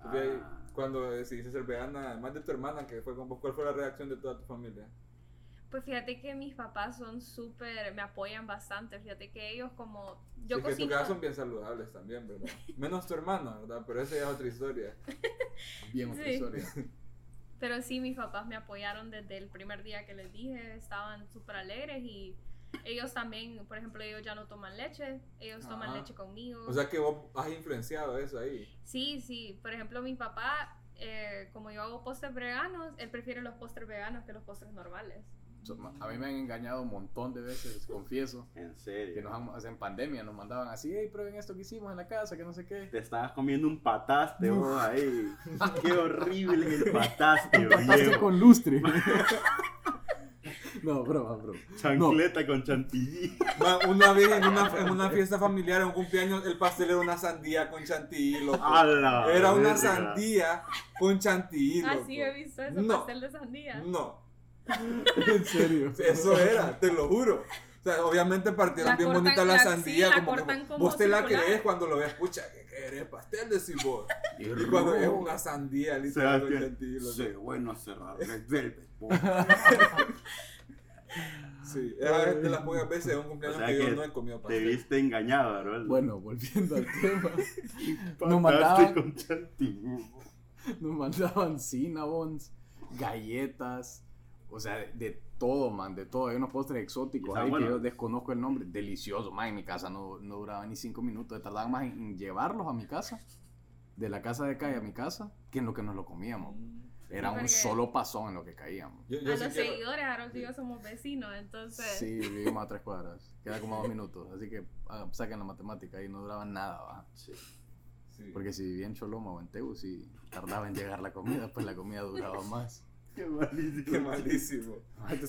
Speaker 2: Porque ahí,
Speaker 1: Ah.
Speaker 2: cuando decidiste ser vegana, además de tu hermana que fue con vos, ¿cuál fue la reacción de toda tu familia?
Speaker 4: Pues fíjate que mis papás son súper, me apoyan bastante. Fíjate que ellos como... Yo
Speaker 2: es que en tu
Speaker 4: cocino...
Speaker 2: casa son bien saludables también,
Speaker 4: *laughs*
Speaker 2: ¿verdad? Menos tu hermana, ¿verdad? Pero esa ya es otra historia.
Speaker 3: Bien,
Speaker 4: Sí.
Speaker 3: profesoria.
Speaker 4: Pero sí, mis papás me apoyaron desde el primer día que les dije, estaban súper alegres y ellos también, por ejemplo, ellos ya no toman leche, ellos toman
Speaker 2: Ah.
Speaker 4: leche conmigo.
Speaker 2: O sea que vos has influenciado eso ahí.
Speaker 4: sí, sí, por ejemplo, mi papá, eh, como yo hago postres veganos, él prefiere los postres veganos que los postres normales.
Speaker 3: So, ma- A mí me han engañado un montón de veces, confieso.
Speaker 1: En
Speaker 3: Que
Speaker 1: serio.
Speaker 3: nos han- en pandemia nos mandaban así, hey, prueben esto que hicimos en la casa, que no sé qué.
Speaker 1: Te estabas comiendo un pataste, vos
Speaker 3: *laughs*
Speaker 1: ahí. Qué horrible es el pataste,
Speaker 3: Pataste
Speaker 1: viejo.
Speaker 3: con lustre. no, broma, bro.
Speaker 1: Chancleta con chantilly.
Speaker 2: *laughs* Ma, Una vez en una, en una fiesta familiar, en un cumpleaños, el pastel era una sandía con chantilly, loco.
Speaker 1: ¡Hala!
Speaker 2: Era una
Speaker 1: Ah, verga.
Speaker 2: sandía con chantilly,
Speaker 4: Ah,
Speaker 2: loco.
Speaker 4: sí, he visto eso,
Speaker 2: No.
Speaker 4: pastel de sandía.
Speaker 2: No,
Speaker 3: En serio.
Speaker 2: eso era, te lo juro. O sea, obviamente partieron
Speaker 4: La
Speaker 2: bien
Speaker 4: cortan-
Speaker 2: bonita la,
Speaker 4: la- sí,
Speaker 2: sandía.
Speaker 4: la
Speaker 2: como que
Speaker 4: cortan como
Speaker 2: vos te la
Speaker 4: circular.
Speaker 2: crees cuando lo ves, pucha, que que eres pastel de vos. Y cuando es una sandía, literal, con
Speaker 1: Sebastián,
Speaker 2: chantilly, loco.
Speaker 1: sé bueno cerrar
Speaker 2: *laughs*
Speaker 1: Red Velvet.
Speaker 3: *laughs*
Speaker 1: vos.
Speaker 2: Sí, es de las pocas veces en un cumpleaños
Speaker 1: O sea
Speaker 2: que, yo
Speaker 1: que
Speaker 2: no he comido
Speaker 1: Te
Speaker 2: pastel.
Speaker 1: viste engañado, ¿verdad?
Speaker 3: Bueno, volviendo al tema.
Speaker 1: pataste
Speaker 3: Nos mandaban,
Speaker 1: con chantilly.
Speaker 3: nos mandaban *laughs* cinnabons, galletas, o sea, de, de todo, man, de todo. Hay unos postres
Speaker 1: Y
Speaker 3: exóticos
Speaker 1: está
Speaker 3: ahí
Speaker 1: bueno.
Speaker 3: que yo desconozco el nombre. Delicioso, man, en mi casa no, no duraba ni cinco minutos. Tardaban más en, en llevarlos a mi casa, de la casa de calle a mi casa, que en lo que nos lo comíamos. Era
Speaker 4: Porque-
Speaker 3: un solo pasón en lo que caíamos.
Speaker 2: Yo, yo
Speaker 4: A
Speaker 2: sí
Speaker 4: los
Speaker 2: quiero-
Speaker 4: seguidores, Harold y yo somos vecinos, entonces...
Speaker 3: Sí, vivimos a tres cuadras. Queda como dos minutos. Así que ah, saquen la matemática y no duraba nada, va.
Speaker 1: Sí.
Speaker 2: sí.
Speaker 3: Porque si vivía en Choloma o en Tegu, si tardaba en llegar la comida, pues la comida duraba más.
Speaker 1: Qué malísimo.
Speaker 2: Qué malísimo.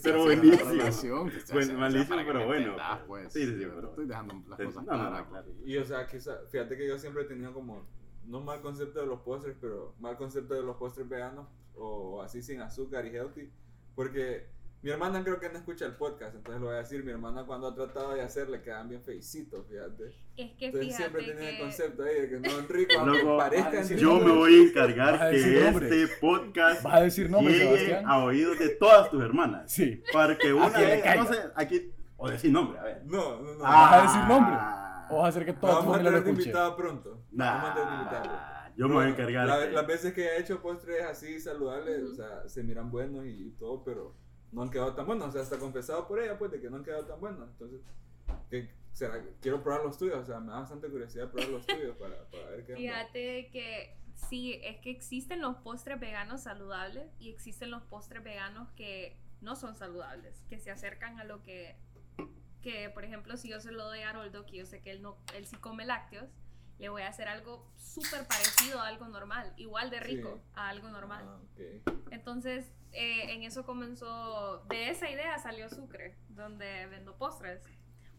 Speaker 1: Pero buenísimo. Buen- malísimo, pero bueno,
Speaker 3: Ah,
Speaker 1: pues.
Speaker 3: pues.
Speaker 1: Sí, sí, sí,
Speaker 3: yo te
Speaker 1: pero-
Speaker 3: Estoy dejando las
Speaker 1: Sí,
Speaker 3: cosas
Speaker 1: no, no,
Speaker 3: claras.
Speaker 1: no, claro.
Speaker 2: Y o sea, quizá, fíjate que yo siempre he tenido como, no mal concepto de los postres, pero mal concepto de los postres veganos o así sin azúcar y healthy. Porque mi hermana creo que no escucha el podcast, entonces lo voy a decir. Mi hermana cuando ha tratado de hacer le quedan bien feicitos, fíjate.
Speaker 4: Es que
Speaker 2: Entonces
Speaker 4: fíjate
Speaker 2: siempre tenía el
Speaker 4: que...
Speaker 2: concepto ahí de que no rico, aunque
Speaker 1: Loco,
Speaker 2: parezcan
Speaker 3: sí,
Speaker 1: yo
Speaker 2: ricos.
Speaker 1: me voy a
Speaker 5: Vas a
Speaker 1: encargar que
Speaker 5: decir nombres.
Speaker 1: este podcast
Speaker 5: ¿Vas a decir nombre,
Speaker 1: llegue
Speaker 5: Sebastián?
Speaker 1: a oídos de todas tus hermanas.
Speaker 5: Sí.
Speaker 1: Para que una
Speaker 5: que le
Speaker 1: vez,
Speaker 5: caiga.
Speaker 1: no sé, aquí, o decir nombre, a ver. Ah,
Speaker 2: No, no, no.
Speaker 5: Ah, ¿vas a decir nombre? O vas a hacer que
Speaker 2: Lo
Speaker 5: todo el
Speaker 2: vamos a
Speaker 5: mundo lo
Speaker 2: tener de
Speaker 5: escuche.
Speaker 2: invitado pronto. Lo
Speaker 1: Nah,
Speaker 2: Vamos a tener de invitado pronto.
Speaker 1: yo me voy a encargar.
Speaker 2: La-
Speaker 1: de-
Speaker 2: las veces que he hecho postres así saludables,
Speaker 4: Ujú.
Speaker 2: o sea, se miran buenos y, y todo, pero no han quedado tan buenos. O sea, está confesado por ella, pues, de que no han quedado tan buenos. Entonces, ¿qué será? que Quiero probar los tuyos, o sea, me da bastante curiosidad probar los tuyos para, para ver qué onda.
Speaker 4: Fíjate que sí, es que existen los postres veganos saludables y existen los postres veganos que no son saludables, que se acercan a lo que, que por ejemplo, si yo se lo doy a Haroldo, que yo sé que él, no, él sí come lácteos, le voy a hacer algo súper parecido a algo normal, igual de
Speaker 2: Sí.
Speaker 4: rico a algo normal.
Speaker 2: Ah, ok.
Speaker 4: Entonces, eh, en eso comenzó, de esa idea salió Sucre, donde vendo postres,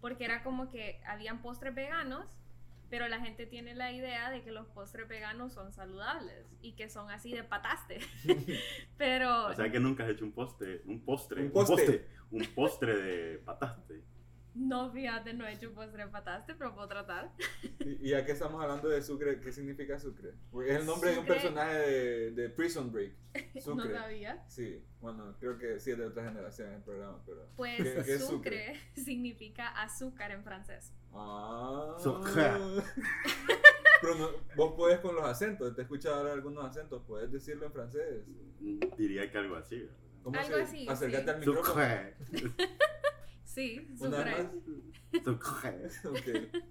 Speaker 4: porque era como que habían postres veganos, pero la gente tiene la idea de que los postres veganos son saludables y que son así de pataste. pero
Speaker 1: O sea que nunca has hecho un postre, un postre,
Speaker 2: Un
Speaker 1: un postre, un
Speaker 2: poste.
Speaker 1: postre, de pataste.
Speaker 4: no, fíjate, no he hecho postre de pataste, pero puedo tratar.
Speaker 2: Y, y ya que estamos hablando de Sucre, ¿qué significa Sucre? Porque es el nombre de un
Speaker 4: Sucre.
Speaker 2: personaje de, de Prison Break.
Speaker 4: *laughs* No
Speaker 2: Sucre.
Speaker 4: sabía.
Speaker 2: Sí, bueno, creo que sí es de otra generación el programa, pero.
Speaker 4: Pues
Speaker 2: ¿Qué- qué es
Speaker 4: sucre, *laughs* significa azúcar en francés.
Speaker 2: Ah.
Speaker 1: Sucre.
Speaker 4: *laughs*
Speaker 2: Pero no- vos podés con los acentos, te he escuchado hablar algunos acentos, podés decirlo en francés.
Speaker 1: Diría que algo así. ¿verdad?
Speaker 2: ¿Cómo
Speaker 4: Algo
Speaker 2: se-
Speaker 4: así,
Speaker 2: Acércate
Speaker 4: sí.
Speaker 2: al micrófono.
Speaker 4: Sí,
Speaker 2: Una
Speaker 4: sucre.
Speaker 2: Pues más. *laughs*
Speaker 1: Sucre.
Speaker 2: Ok.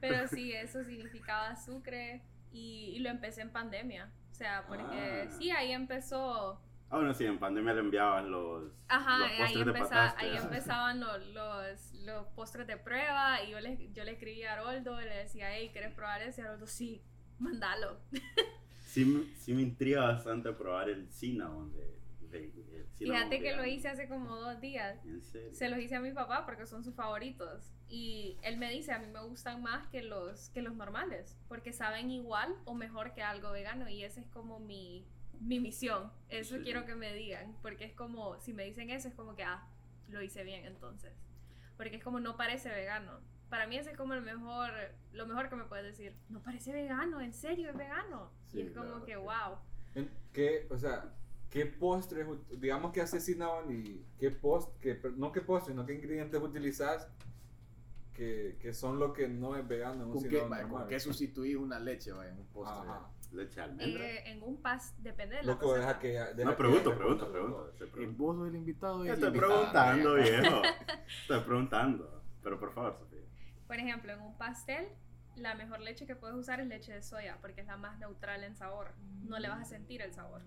Speaker 4: Pero sí, eso significaba Sucre. y, y lo empecé en pandemia. O sea, porque
Speaker 1: Ah.
Speaker 4: sí, ahí empezó.
Speaker 1: Ah, bueno, sí, en pandemia le enviabas los,
Speaker 4: Ajá,
Speaker 1: los
Speaker 4: ahí,
Speaker 1: postres de
Speaker 4: empeza-
Speaker 1: patatas.
Speaker 4: ahí empezaban lo- los, los postres de prueba y yo le, yo le escribí a Aroldo y le decía, hey, ¿quieres probar ese? Y Aroldo, sí, mándalo.
Speaker 1: Sí, me- sí me intriga bastante probar el cinnamon de, de- el cinnamon
Speaker 4: Fíjate que lo
Speaker 1: vegano.
Speaker 4: hice hace como dos días.
Speaker 1: En serio.
Speaker 4: Se los hice a mi papá porque son sus favoritos. Y él me dice, a mí me gustan más que los, que los normales, porque saben igual o mejor que algo vegano. Y esa es como mi, mi misión. Eso
Speaker 1: Sí.
Speaker 4: quiero que me digan, porque es como, si me dicen eso, es como que, ah, lo hice bien entonces. Porque es como, no parece vegano. Para mí ese es como el mejor, lo mejor que me puedes decir. No parece vegano, en serio, es vegano.
Speaker 2: Sí,
Speaker 4: y es
Speaker 2: la
Speaker 4: como
Speaker 2: verdad
Speaker 4: que,
Speaker 2: que-
Speaker 4: wow.
Speaker 2: En- ¿Qué, o sea, qué postres, ut- digamos que asesinaban y qué post, que, no qué postres, no qué ingredientes utilizas que, que son lo que no es vegano en un
Speaker 3: ¿Con qué,
Speaker 2: cinnamon
Speaker 3: vaya,
Speaker 2: normal?
Speaker 3: ¿Con qué sustituís una leche, vaya, en un postre?
Speaker 2: Ajá.
Speaker 1: Leche de almendra.
Speaker 4: Eh, en un pas, depende de la
Speaker 2: Loco, deja
Speaker 4: receta.
Speaker 2: que... deja
Speaker 1: no,
Speaker 2: que-
Speaker 1: pregunto,
Speaker 2: que-
Speaker 1: pregunto, pregunto. Te
Speaker 3: El
Speaker 1: pregunto.
Speaker 3: vos sos el invitado y
Speaker 1: Te
Speaker 3: el
Speaker 1: estoy
Speaker 3: invitado,
Speaker 1: preguntando,
Speaker 3: vaya.
Speaker 1: viejo. Estoy preguntando. Pero por favor, Sofía.
Speaker 4: Por ejemplo, en un pastel, la mejor leche que puedes usar es leche de soya, porque es la más neutral en sabor. No le vas a sentir el sabor.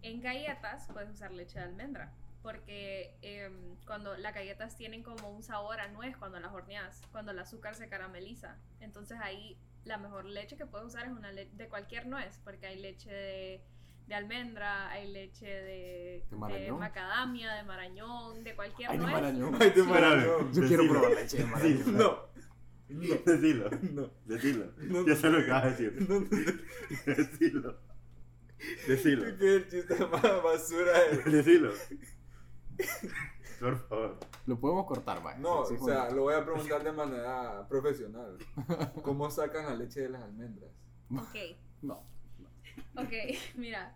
Speaker 4: En galletas puedes usar leche de almendra, porque em, cuando las galletas tienen como un sabor a nuez cuando las horneas, cuando el azúcar se carameliza. Entonces ahí la mejor leche que puedes usar es una leche de cualquier nuez, porque hay leche de, de almendra, hay leche de,
Speaker 3: ¿De marañón?
Speaker 4: macadamia, de marañón, de cualquier
Speaker 3: Ay, de
Speaker 4: nuez.
Speaker 3: marañón.
Speaker 2: *laughs* Ay, te
Speaker 1: Sí,
Speaker 2: maravilloso.
Speaker 3: Yo quiero
Speaker 1: Decilo.
Speaker 3: probar leche de marañón.
Speaker 1: Sí,
Speaker 2: No,
Speaker 1: *laughs* Decilo,
Speaker 2: no,
Speaker 1: decilo.
Speaker 2: no.
Speaker 1: Yo sé lo que vas a decir.
Speaker 2: No, no, no.
Speaker 1: *laughs* Decilo. Decilo.
Speaker 2: Creo que el chiste *laughs* más basura es...
Speaker 1: Decilo. Por favor.
Speaker 3: Lo podemos cortar, vaya.
Speaker 2: No,
Speaker 3: Sí, sí,
Speaker 2: o sea, lo voy a preguntar de manera profesional. ¿Cómo sacan la leche de las almendras?
Speaker 4: Ok.
Speaker 3: No.
Speaker 4: Ok, *laughs* mira,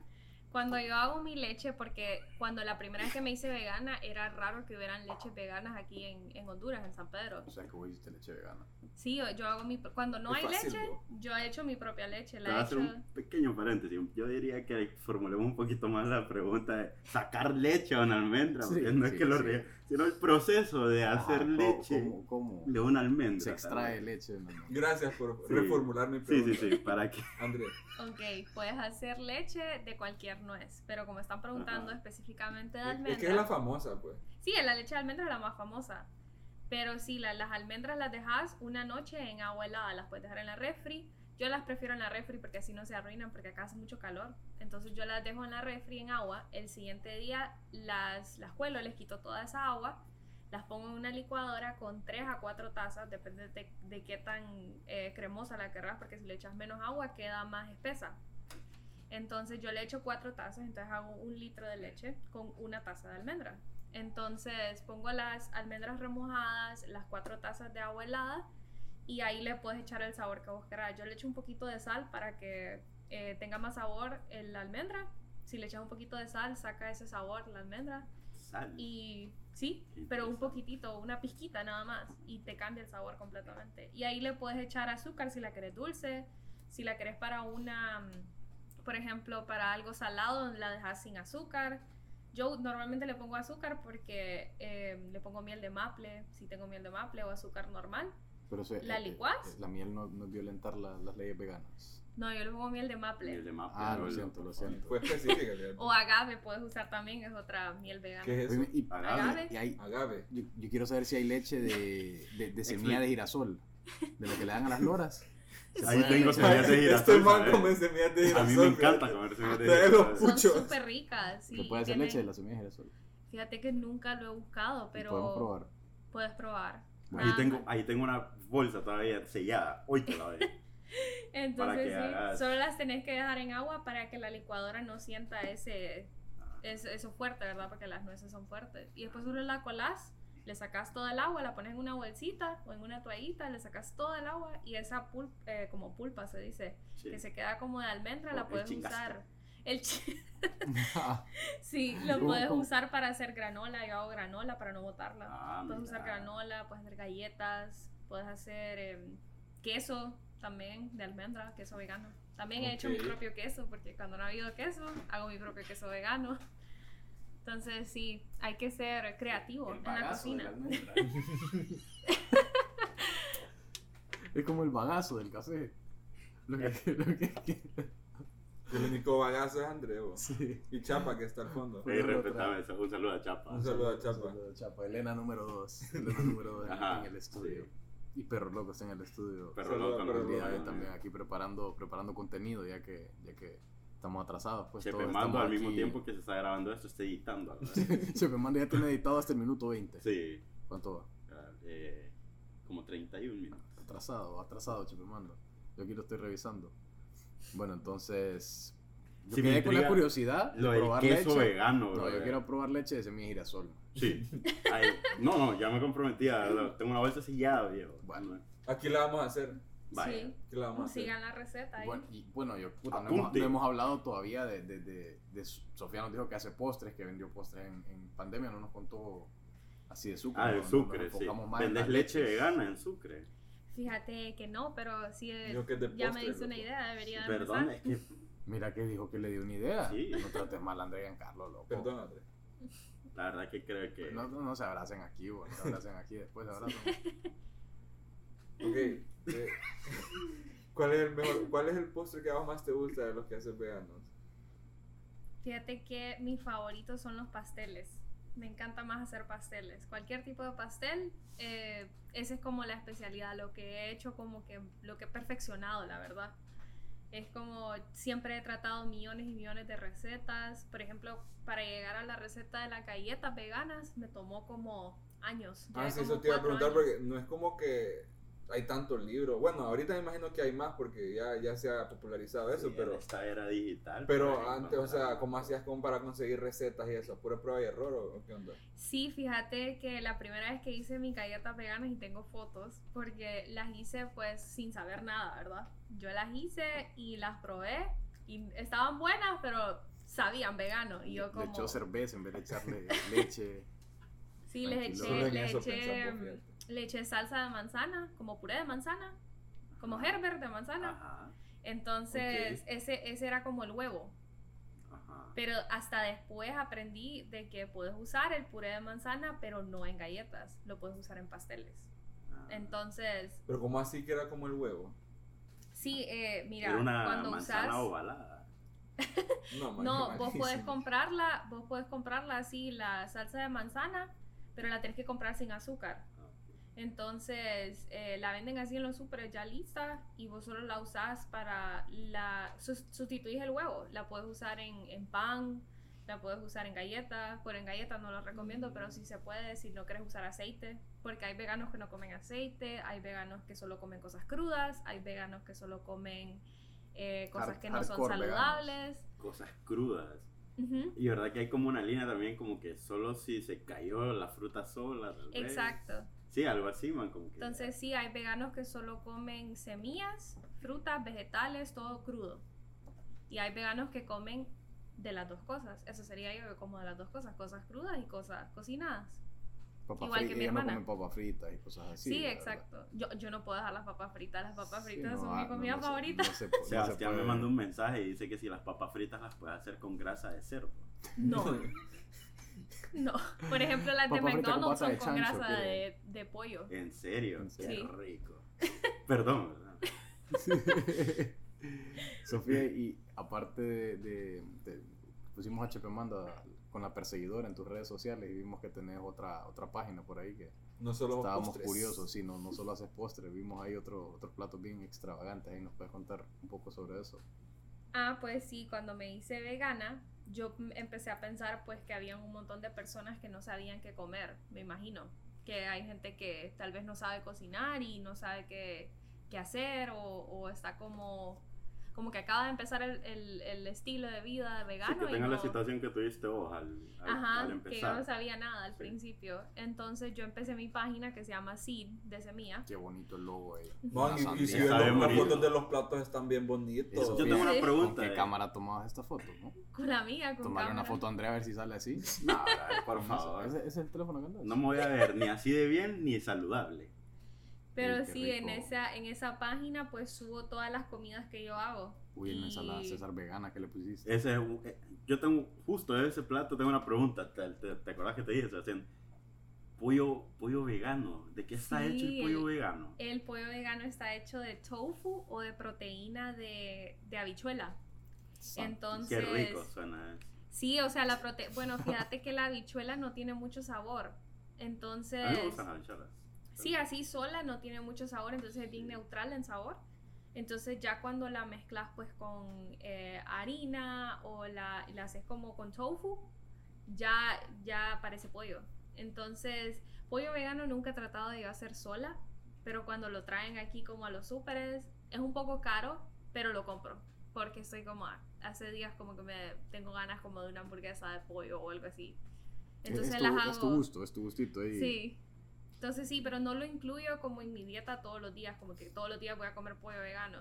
Speaker 4: cuando yo hago mi leche, porque cuando la primera vez que me hice vegana era raro que hubieran leches veganas aquí en, en Honduras, en San Pedro.
Speaker 3: O sea, que vos hiciste leche vegana.
Speaker 4: Sí, yo, yo hago mi... pro- Cuando no
Speaker 2: Es
Speaker 4: hay
Speaker 2: fácil,
Speaker 4: leche,
Speaker 2: ¿no?
Speaker 4: yo he hecho mi propia leche.
Speaker 1: Te voy a
Speaker 4: La he hecho...
Speaker 1: hacer un pequeño paréntesis. Yo diría que formulemos un poquito más la pregunta de sacar leche a una almendra.
Speaker 3: Sí,
Speaker 1: porque no
Speaker 3: sí,
Speaker 1: es que lo
Speaker 3: sí.
Speaker 1: relle- sino el proceso de hacer
Speaker 3: Ajá, ¿cómo-
Speaker 1: leche
Speaker 3: ¿Cómo, cómo
Speaker 1: de una almendra.
Speaker 3: se extrae leche? de la almendra?
Speaker 2: Gracias por
Speaker 1: Sí.
Speaker 2: reformular mi
Speaker 1: Sí, sí,
Speaker 2: pregunta,
Speaker 1: sí. ¿Para qué?
Speaker 2: Andrés.
Speaker 4: Ok, puedes hacer leche de cualquier nuez, pero como están preguntando
Speaker 1: Ajá.
Speaker 4: específicamente de almendra...
Speaker 2: Es que es la famosa, pues.
Speaker 4: Sí, la leche de almendra es la más famosa. Pero sí, la- las almendras las dejas una noche en agua helada, las puedes dejar en la refri. Yo las prefiero en la refri porque así no se arruinan, porque acá hace mucho calor. Entonces yo las dejo en la refri en agua. El siguiente día las, las cuelo, les quito toda esa agua, las pongo en una licuadora con 3 a 4 tazas, depende de, de qué tan eh, cremosa la querrás, porque si le echas menos agua queda más espesa. Entonces yo le echo 4 tazas, entonces hago un litro de leche con una taza de almendra. Entonces pongo las almendras remojadas, las cuatro tazas de agua helada y ahí le puedes echar el sabor que vos querás. Yo le echo un poquito de sal para que eh, tenga más sabor el- la almendra. Si le echas un poquito de sal, saca ese sabor la almendra.
Speaker 1: Sal.
Speaker 4: Y sí,
Speaker 1: Qué
Speaker 4: pero un
Speaker 1: interesante.
Speaker 4: poquitito, una pizquita nada más y te cambia el sabor completamente. Y ahí le puedes echar azúcar si la querés dulce, si la querés para una, mm, por ejemplo, para algo salado, la dejas sin azúcar. Yo normalmente le pongo azúcar porque eh, le pongo miel de maple, si tengo miel de maple o azúcar normal.
Speaker 3: Pero se- eh,
Speaker 4: ¿La
Speaker 3: eh,
Speaker 4: licuás?
Speaker 3: La miel no, no es violentar la- las leyes veganas.
Speaker 4: No, yo le pongo miel de maple.
Speaker 1: El de maple,
Speaker 3: Ah, lo
Speaker 1: Lolo,
Speaker 3: siento,
Speaker 1: por
Speaker 3: lo
Speaker 1: favor.
Speaker 3: siento.
Speaker 2: Fue específica, fíjate.
Speaker 4: O agave puedes usar también, es otra miel vegana.
Speaker 2: ¿Qué es eso?
Speaker 3: Oye, y-
Speaker 1: Agave.
Speaker 3: y hay-
Speaker 2: Agave.
Speaker 3: yo, yo quiero saber si hay leche de, de, de semilla de girasol, de lo que le dan a las loras. Se
Speaker 1: Ahí
Speaker 3: puede-
Speaker 1: tengo semillas de girasol.
Speaker 2: Estoy mal
Speaker 1: ¿sabes?
Speaker 2: come semillas de
Speaker 1: A
Speaker 2: girasol.
Speaker 1: mí me encanta comer semillas de
Speaker 2: Trae los
Speaker 1: girasol.
Speaker 4: Son
Speaker 2: Muchos.
Speaker 4: súper ricas.
Speaker 3: Se
Speaker 4: sí,
Speaker 3: puede hacer
Speaker 4: tienen-
Speaker 3: leche de la semilla de girasol.
Speaker 4: Fíjate que nunca lo he buscado, pero
Speaker 3: Podemos probar. *laughs*
Speaker 4: puedes probar.
Speaker 1: Ahí
Speaker 4: Ah,
Speaker 1: tengo, ahí tengo una bolsa todavía sellada. Hoy te la doy.
Speaker 4: *laughs*
Speaker 1: para
Speaker 4: Entonces
Speaker 1: que
Speaker 4: sí,
Speaker 1: hagas-
Speaker 4: solo las tenés que dejar en agua para que la licuadora no sienta ese,
Speaker 1: Ah,
Speaker 4: ese- eso fuerte, ¿verdad? Porque las nueces son fuertes. Y después solo la colás, le sacas todo el agua, la pones en una bolsita o en una toallita, le sacas todo el agua y esa pul- eh, como pulpa se dice,
Speaker 1: Sí.
Speaker 4: que se queda como de almendra,
Speaker 1: O
Speaker 4: la
Speaker 1: el
Speaker 4: puedes
Speaker 1: chingaste.
Speaker 4: usar. El chi- *laughs* sí, lo
Speaker 3: ¿Cómo-
Speaker 4: puedes
Speaker 3: cómo?
Speaker 4: usar para hacer granola, yo hago granola para no botarla.
Speaker 1: Ah,
Speaker 4: Puedes usar
Speaker 1: mira.
Speaker 4: granola, puedes hacer galletas, puedes hacer em, queso también de almendra, queso vegano. También he hecho mi
Speaker 2: Ok.
Speaker 4: propio queso porque cuando no ha habido queso, hago mi propio queso vegano. Entonces sí, hay que ser creativo en la cocina.
Speaker 3: es como el bagazo del café. Lo que, lo que
Speaker 2: El único bagazo es Andreu.
Speaker 3: sí.
Speaker 2: Y Chapa, que está al fondo.
Speaker 1: Ey, respetame eso. Un saludo a Chapa.
Speaker 2: Un saludo a Chapa.
Speaker 3: Un saludo a Chapa. Elena número 2. Elena número 2
Speaker 1: Ajá,
Speaker 3: en el estudio. Y Perro Loco está en el estudio.
Speaker 1: Perro
Speaker 2: Saludo a
Speaker 1: loco, no
Speaker 2: Perro
Speaker 1: olvides,
Speaker 3: Día de
Speaker 2: Loco,
Speaker 1: ¿no?
Speaker 3: también aquí preparando, preparando contenido ya que, ya que estamos atrasados. Pues
Speaker 1: Chepe
Speaker 3: todos
Speaker 1: Mando,
Speaker 3: estamos
Speaker 1: al mismo
Speaker 3: aquí-
Speaker 1: tiempo que se está grabando esto, está editando. *laughs* a la vez.
Speaker 3: *laughs* Chepe Mando ya tiene editado hasta el minuto 20.
Speaker 1: Sí,
Speaker 3: ¿Cuánto va?
Speaker 1: eh, como 31 minutos.
Speaker 3: Atrasado, atrasado, Chepe Mando. Yo aquí lo estoy revisando. Bueno, entonces. Yo
Speaker 1: Sí, me
Speaker 3: quedé con la
Speaker 1: intriga
Speaker 3: curiosidad de
Speaker 1: Lo del
Speaker 3: probar
Speaker 1: queso
Speaker 3: leche.
Speaker 1: vegano,
Speaker 3: No, yo
Speaker 1: brother.
Speaker 3: quiero probar leche de semilla de girasol. man. *laughs*
Speaker 1: Sí. Ay, no, no, ya me comprometía. Tengo una bolsa sellada, viejo.
Speaker 3: Bueno.
Speaker 2: Aquí la vamos a hacer.
Speaker 1: Vaya.
Speaker 4: *laughs* Sí.
Speaker 2: Aquí la vamos a hacer.
Speaker 4: Sigan la receta ahí.
Speaker 3: Bueno, y bueno, yo puta, no, hemos,
Speaker 1: Apunte.
Speaker 3: no hemos hablado todavía de, de, de- de- Sofía nos dijo que hace postres, que vendió postres en, en pandemia, no nos contó así de sucre.
Speaker 1: Ah,
Speaker 3: no-
Speaker 1: en
Speaker 3: no-
Speaker 1: Sucre,
Speaker 3: nos
Speaker 1: sí.
Speaker 3: enfocamos más en
Speaker 1: Vendes
Speaker 3: las
Speaker 1: leche
Speaker 3: leches.
Speaker 1: vegana en Sucre.
Speaker 4: Fíjate que no, pero sí eh,
Speaker 2: Yo que es de
Speaker 4: ya me
Speaker 2: postre,
Speaker 4: hice una
Speaker 2: loco.
Speaker 4: idea, debería de
Speaker 1: Perdón,
Speaker 4: empezar.
Speaker 1: es que.
Speaker 3: Mira que dijo que le dio una idea.
Speaker 1: Sí.
Speaker 3: No trates mal a André Giancarlo, loco.
Speaker 2: Perdón, André.
Speaker 1: La verdad que creo que.
Speaker 3: No, no, no se abracen aquí, bueno, se abracen aquí, después se abrazan.
Speaker 2: Ok. eh, ¿Cuál es el mejor, cuál es el postre que a vos más te gusta de los que haces veganos?
Speaker 4: Fíjate que mis favoritos son los pasteles. Me encanta más hacer pasteles. Cualquier tipo de pastel, eh, esa es como la especialidad, lo que he hecho, como que lo que he perfeccionado, la verdad. Es como siempre he tratado millones y millones de recetas. Por ejemplo, para llegar a la receta de las galletas veganas me tomó como años.
Speaker 2: Ah,
Speaker 4: Llevé
Speaker 2: sí,
Speaker 4: como
Speaker 2: eso te iba a
Speaker 4: cuatro
Speaker 2: preguntar
Speaker 4: años.
Speaker 2: porque no es como que hay tantos libros. Bueno, ahorita me imagino que hay más porque ya, ya se ha popularizado eso,
Speaker 1: Sí, en
Speaker 2: pero,
Speaker 1: Esta era digital.
Speaker 2: pero
Speaker 1: puedes
Speaker 2: antes, o sea,
Speaker 1: encontrar-
Speaker 2: ¿cómo hacías como para conseguir recetas y eso? ¿Pura prueba y error o, o qué onda?
Speaker 4: Sí, fíjate que la primera vez que hice mis galletas veganas y tengo fotos, porque las hice pues sin saber nada, ¿verdad? Yo las hice y las probé y estaban buenas, pero sabían vegano y yo
Speaker 3: Le
Speaker 4: como
Speaker 3: echó cerveza en vez de echarle *laughs* leche.
Speaker 4: Sí, les
Speaker 3: Tranquilo.
Speaker 4: eché,
Speaker 2: Solo en
Speaker 4: les
Speaker 2: eso
Speaker 4: eché,
Speaker 2: pensamos, fíjate.
Speaker 4: le eché salsa de manzana, como puré de manzana, como Herbert de manzana.
Speaker 1: Ajá.
Speaker 4: Entonces, ese ese era como el huevo,
Speaker 1: Ajá.
Speaker 4: Pero hasta después aprendí de que puedes usar el puré de manzana, pero no en galletas, lo puedes usar en pasteles.
Speaker 1: Ah.
Speaker 4: Entonces,
Speaker 2: Pero como así que era como el huevo.
Speaker 4: sí, eh, mira,
Speaker 1: Era una
Speaker 4: cuando
Speaker 1: manzana
Speaker 4: usas...
Speaker 1: ovalada.
Speaker 2: No, man,
Speaker 4: No, vos
Speaker 2: malísimo.
Speaker 4: podés comprarla, vos podés comprarla así, la salsa de manzana, pero la tenés que comprar sin azúcar. Entonces, eh, la venden así en los super ya lista y vos solo la usás para la... sus- sustituís el huevo, la puedes usar en, en pan, la puedes usar en galletas, por en galletas no lo recomiendo, pero sí se puede si no querés usar aceite, porque hay veganos que no comen aceite, hay veganos que solo comen cosas crudas, hay veganos que solo comen eh, cosas
Speaker 3: Hard-
Speaker 4: que no son
Speaker 3: hardcore veganos.
Speaker 4: saludables.
Speaker 1: Cosas crudas.
Speaker 4: Ujú.
Speaker 1: Y verdad que hay como una línea también como que solo si se cayó la fruta sola. tal vez.
Speaker 4: Exacto.
Speaker 1: Sí, algo así, man, como que.
Speaker 4: Entonces sí, hay veganos que solo comen semillas, frutas, vegetales, todo crudo. Y hay veganos que comen de las dos cosas. Eso sería yo que como de las dos cosas, cosas crudas y cosas cocinadas.
Speaker 3: Papa
Speaker 4: Igual que
Speaker 3: frita,
Speaker 4: mi
Speaker 3: ella no
Speaker 4: hermana.
Speaker 3: come papas fritas y cosas así.
Speaker 4: Sí,
Speaker 3: la verdad.
Speaker 4: exacto. Yo, yo no puedo dejar las papas fritas. Las papas
Speaker 3: Sí,
Speaker 4: fritas
Speaker 3: no,
Speaker 4: son
Speaker 3: ah,
Speaker 4: mi
Speaker 3: no,
Speaker 4: comida
Speaker 3: no se-
Speaker 4: favorita.
Speaker 3: no se po- no se
Speaker 1: Sebastián me
Speaker 3: puede.
Speaker 1: mandó un mensaje y dice que si las papas fritas las puedes hacer con grasa de cerdo.
Speaker 4: *laughs* No,
Speaker 3: *laughs*
Speaker 4: no. Por ejemplo, las de
Speaker 3: Papas fritas con pata
Speaker 4: McDonald's son
Speaker 3: de
Speaker 4: con
Speaker 3: chancho,
Speaker 4: grasa
Speaker 3: ¿qué?
Speaker 4: de, de pollo.
Speaker 1: En serio,
Speaker 3: En
Speaker 1: qué
Speaker 4: serio.
Speaker 1: rico. Perdón,
Speaker 4: *laughs*
Speaker 1: ¿verdad?
Speaker 3: Sofía, y aparte de, de- de- pusimos a Chepe Manda con la perseguidora en tus redes sociales y vimos que tenés otra otra página por ahí que
Speaker 2: No solo
Speaker 3: estábamos
Speaker 2: postres.
Speaker 3: curiosos, sí, no, no solo haces postres, vimos ahí otro, otros platos bien extravagantes, ahí nos puedes contar un poco sobre eso.
Speaker 4: Ah, pues sí, cuando me hice vegana, yo m- empecé a pensar pues que había un montón de personas que no sabían qué comer, me imagino. Que hay gente que tal vez no sabe cocinar y no sabe qué, qué hacer o, o está como, como que acaba de empezar el, el- el estilo de vida
Speaker 1: Sí,
Speaker 4: vegano.
Speaker 1: que
Speaker 4: y
Speaker 1: tenga la
Speaker 4: no-
Speaker 1: situación que tuviste vos al, al-
Speaker 4: Ajá,
Speaker 1: al
Speaker 4: que yo no
Speaker 1: empezar.
Speaker 4: sabía nada al
Speaker 1: Sí.
Speaker 4: principio. Entonces yo empecé mi página que se llama Seed de semilla.
Speaker 3: Qué bonito el logo ahí.
Speaker 2: Man,
Speaker 3: Una
Speaker 2: y- y,
Speaker 3: sandía.
Speaker 2: si ven
Speaker 1: Sabe
Speaker 2: los- las
Speaker 1: morir.
Speaker 2: fotos de los platos están bien
Speaker 3: Y
Speaker 2: bonitos.
Speaker 1: Yo
Speaker 3: Sofía,
Speaker 1: tengo una
Speaker 4: Sí.
Speaker 3: ¿Con
Speaker 1: pregunta.
Speaker 3: qué
Speaker 1: eh.
Speaker 3: cámara tomabas esta foto? No?
Speaker 4: Con la mía, con
Speaker 3: Tomarle una
Speaker 4: cámara.
Speaker 3: foto a Andrea a ver si sale así.
Speaker 1: No, brother,
Speaker 3: *laughs*
Speaker 1: por
Speaker 3: Con eso.
Speaker 1: favor.
Speaker 3: ¿Ese, ese es el teléfono que andas?
Speaker 1: No me voy a ver ni así de bien ni saludable.
Speaker 4: Pero
Speaker 3: Ey, qué
Speaker 4: sí, en
Speaker 3: rico.
Speaker 4: esa, en esa página pues subo todas las comidas que yo hago.
Speaker 3: Uy, en la ensalada
Speaker 4: Y-
Speaker 3: César vegana que le pusiste.
Speaker 1: Ese eh, es un- eh, yo tengo, justo de ese plato tengo una pregunta. ¿Te, te, te acordás que te dije, Sebastián? pollo, pollo vegano. ¿De qué está hecho el
Speaker 4: Sí,
Speaker 1: pollo
Speaker 4: el-
Speaker 1: vegano?
Speaker 4: El pollo vegano está hecho de tofu o de proteína de, de habichuela. Entonces,
Speaker 1: Qué rico suena eso.
Speaker 4: sí, o sea, la prote bueno, fíjate que la habichuela no tiene mucho
Speaker 3: Ah,
Speaker 4: sabor.
Speaker 1: A mí me
Speaker 4: Entonces,
Speaker 1: gustan las habichuelas.
Speaker 4: sí, así sola no tiene mucho sabor, entonces es bien neutral en sabor. Entonces ya cuando la mezclas pues con eh, harina o la, la haces como con tofu, ya, ya parece pollo. Entonces, pollo vegano nunca he tratado de yo hacer sola, pero cuando lo traen aquí como a los súperes, es un poco caro, pero lo compro. Porque estoy como, ah, hace días como que me tengo ganas como de una hamburguesa de pollo o algo así. Entonces
Speaker 3: es, tu,
Speaker 4: las hago.
Speaker 3: es tu gusto, es tu gustito. ahí.
Speaker 4: Sí. Entonces sí, pero no lo incluyo como en mi dieta todos los días, como que todos los días voy a comer pollo vegano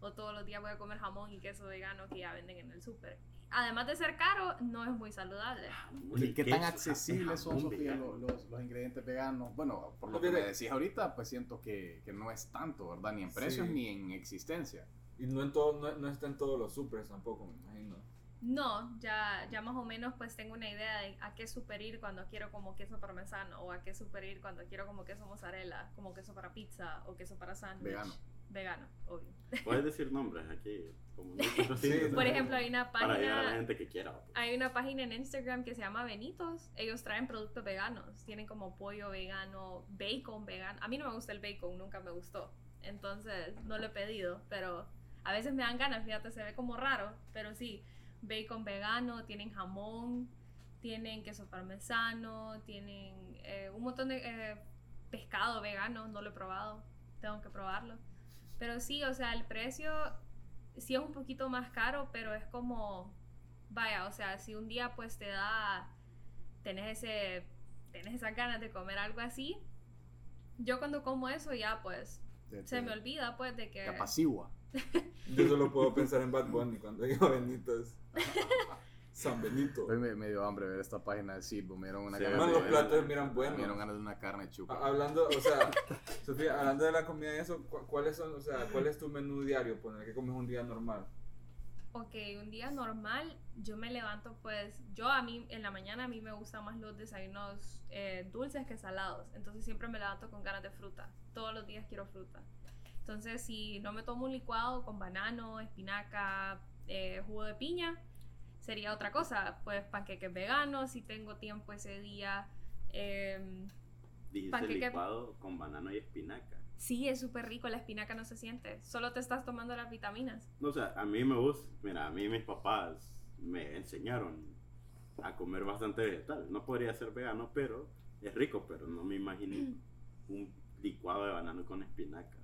Speaker 4: o todos los días voy a comer jamón y queso vegano que ya venden en el súper. Además de ser caro, no es muy saludable.
Speaker 1: Jamón
Speaker 3: ¿Y qué tan
Speaker 1: Ah, queso,
Speaker 3: accesibles son,
Speaker 1: jamón
Speaker 3: Sofía,
Speaker 1: vegano.
Speaker 3: lo- los, los ingredientes veganos? Bueno, por lo que me
Speaker 2: Fíjate.
Speaker 3: decís ahorita, pues siento que, que no es tanto, ¿verdad? Ni en precios
Speaker 2: Sí.
Speaker 3: ni en existencia.
Speaker 2: Y no, en todo, no, no está en todos los supers tampoco, me imagino.
Speaker 4: No, ya, ya más o menos pues tengo una idea de a qué super ir cuando quiero como queso parmesano o a qué super ir cuando quiero como queso mozzarella, como queso para pizza o queso para sándwich.
Speaker 3: Vegano.
Speaker 4: Vegano, obvio.
Speaker 1: Puedes decir nombres aquí.
Speaker 3: *laughs*
Speaker 1: Como no te lo siento,
Speaker 4: Por ejemplo, hay una
Speaker 1: para llegar a la
Speaker 4: página
Speaker 1: gente que quiera. pues.
Speaker 4: Hay una página en Instagram que se llama Benitos. Ellos traen productos veganos. Tienen como pollo vegano, bacon vegano. A mí no me gusta el bacon, nunca me gustó. Entonces no lo he pedido, pero a veces me dan ganas. Fíjate, se ve como raro, pero sí. Bacon vegano, tienen jamón, tienen queso parmesano, tienen eh, un montón de eh, pescado vegano. No lo he probado, tengo que probarlo. Pero sí, o sea, el precio sí es un poquito más caro, pero es como vaya, o sea, si un día pues te da, tenés, ese, tenés esas ganas de comer algo así, yo cuando como eso ya pues
Speaker 3: Te-
Speaker 4: se
Speaker 3: te-
Speaker 4: me olvida pues de que...
Speaker 3: Te apacigua.
Speaker 2: Yo solo puedo pensar en Bad Bunny cuando digo Benitos. *laughs* San Benito.
Speaker 3: Hoy me, me dio hambre ver esta página de Silvo. Me dieron una
Speaker 1: Sí,
Speaker 3: ganas
Speaker 2: Man,
Speaker 3: de-
Speaker 2: los platos miran
Speaker 3: me dieron
Speaker 2: buenos.
Speaker 3: ganas de una carne
Speaker 2: Ha-
Speaker 3: chupa.
Speaker 2: Hablando, o sea, *laughs* Sofía, hablando de la comida y eso, cu- ¿cuáles son, o sea, cuál es tu menú diario? Poner que comes un día normal.
Speaker 4: Ok, un día normal yo me levanto pues, yo a mí en la mañana a mí me gustan más los desayunos eh, dulces que salados, entonces siempre me levanto con ganas de fruta, todos los días quiero fruta. Entonces si no me tomo un licuado con banano, espinaca, eh, jugo de piña, sería otra cosa, pues panqueques veganos, si tengo tiempo ese día. em,
Speaker 1: Dijiste
Speaker 4: panqueque-
Speaker 1: licuado con banano y espinaca.
Speaker 4: sí, es súper rico, la espinaca no se siente, solo te estás tomando las vitaminas.
Speaker 1: No, o sea, a mí me gusta. Mira, a mí mis papás me enseñaron a comer bastante vegetal. No podría ser vegano, pero es rico, pero no me
Speaker 4: *clears throat*
Speaker 1: imagino un licuado de banano con espinaca.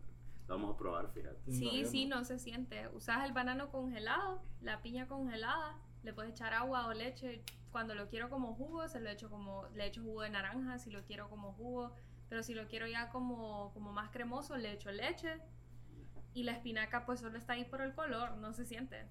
Speaker 1: Lo vamos a probar, fíjate.
Speaker 4: Sí,
Speaker 2: yo
Speaker 4: sí, no se siente. Usas el banano congelado, la piña congelada, le puedes echar agua o leche. Cuando lo quiero como jugo, se lo echo como, le echo jugo de naranja, si lo quiero como jugo, pero si lo quiero ya como, como más cremoso, le echo leche. Y la espinaca pues solo está ahí por el color, no se siente.